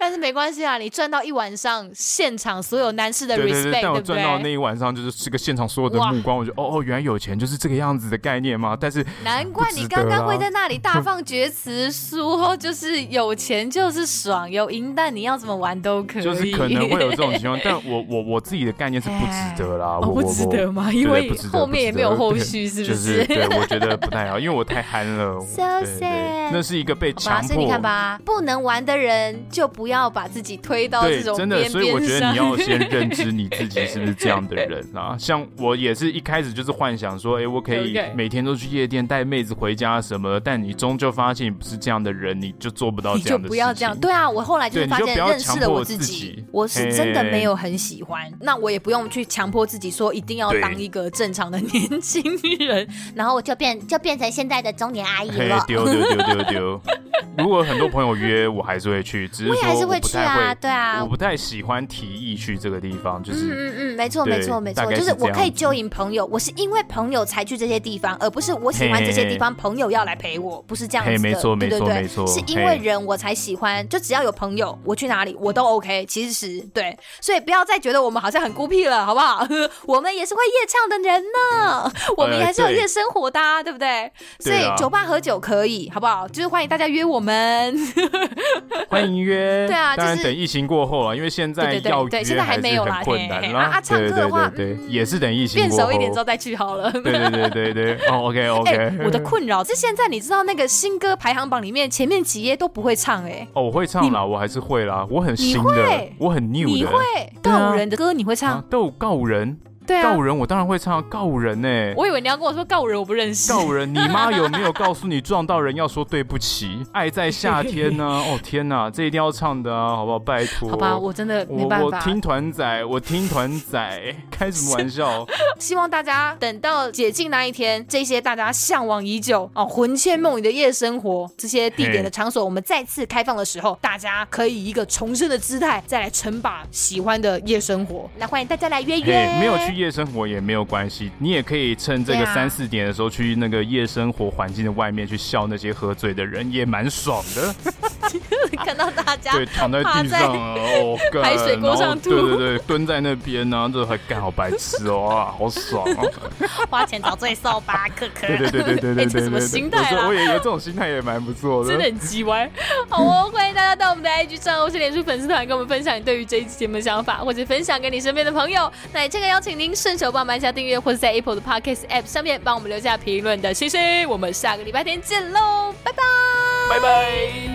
但是没关系啊，你赚到一晚上现场所有男士的 respect，
对对对，但我
不对
赚到那一晚上就是这个现场所有的
哇
目光，我觉得哦哦，原来有钱就是这个样子的概念嘛。但是
难怪你
啊
刚刚会在那里大放厥词，说就是有钱就是爽，有银弹你要怎么玩都可以。
就是可能 会有这种情况，但我我我自己的概念是不值得啦，
哦
我我
不值得吗？因
对
为
不值得
后面也没有后
不值得
续，是
对
不
就是对，我觉得不太好，因为我太憨 了。
So
对对对
sad
那是一个被
好吧，
强
所以你
迫
看。吧，不能玩的人就不要把自己推到
对
这，种
真
边
的，
边
所以我觉得
上
你 要先认知你自己是不是这样的人啊。像我也是一开始就是幻想说，哎、我可以
OK
每天都去夜店带妹子回家什么的，但你终究发现你不是这样的人，你就做不到
你
这
就
样的事情。
不要这样。对啊，我后来就
对
是
你
发
就
现
不要
认
强
识了
迫
我
自
自
己
己，我是真的没有很喜欢。那我也不用去强迫自己说一定要
对
当一个正常的 年轻人，然后我就
就变就变成现在的中年阿姨
嘿
了，。
丢丢丢丢丢！ 如果很多朋友约，我还是会去，只是
我也还
说
是
我
会
不
去
太
啊，
会，
对啊
我，不太喜欢提议去这个地方，就
嗯
是
嗯嗯，没错
对
没错没错
大，概
就是是我可以
这样
join 朋友，我是因为朋友才去这些地方，而不是我喜欢这些地方，朋友要来陪我，不是这样子
嘿
的。
没错
对
没错
对对，
没错
是因为
嘿
人我才喜欢，就只要有朋友，我去哪里我都 OK。其实对，所以不要再觉得我们好像很孤僻了，好不好？ 我们也是会夜唱的人呢，我们也还是有
呃对
夜生活的、啊，对不对？所
对
以
啊
酒吧喝酒可以，好不好？就是欢迎大家约我们。
欢迎约。
嗯对啊
当然
就是
等疫情过后了，因为现在
对对对
要
对
约
现在还
是
没有啦
很困难
嘿
啦。
啊啊唱歌
对
的
对
话
对对，
嗯
也是等疫情
变
过后
熟一点之后。再去好了。
对对对对对，哦，OK
哎、
OK，
我的困扰是现在你知道那个新歌排行榜里面前面几页都不会唱哎、
哦，我会唱啦，我还是会啦，我很新的
会，
我很 new 的。
你会
对啊
告五人的歌你会唱？
啊？都告五人，
对
告
啊
五，人，我当然会唱告五人欸呢。
我以为你要跟我说告五人我不认识。
告人，你妈有没有告诉你撞到人要说对不起？爱在夏天 呢、哦天哪，这一定要唱的啊，好不好？拜托。
好吧，我真的没
我
办
我
法。
听团仔，我听团仔， 开什么玩 笑？
希望大家等到解禁那一天，这些大家向往已久哦、魂牵梦萦的夜生活，这些地点的场所，我们再次开放的时候，大家可以以一个重生的姿态，再来称霸喜欢的夜生活。
那欢迎大家来约
嘿
约，
没有去夜生活也没有关系，你也可以趁这个
对啊
三四点的时候去那个夜生活环境的外面去笑那些喝醉的人，也蛮爽的。
看到大家
对，躺在地上啊，哦， 干
排水沟上
然后
吐
对对对，蹲在那边呢、啊，这还干好白痴哦，啊，好爽哦。
花钱找罪受吧，可可。
对对对对对对对
哎
对
这什么
对
心
我
态
说
啦
我也有这种心态也蛮不错的。
真的很鸡歪。好哦，欢迎大家到我们的 IG 上哦或是脸书粉丝团，跟我们分享你对于这一期节目的想法，或者分享给你身边的朋友。那也这个邀请您顺手帮我们按下订阅，或者在 Apple 的 Podcast App 上面帮我们留下评论的星星。我们下个礼拜天见喽，拜拜。
拜拜。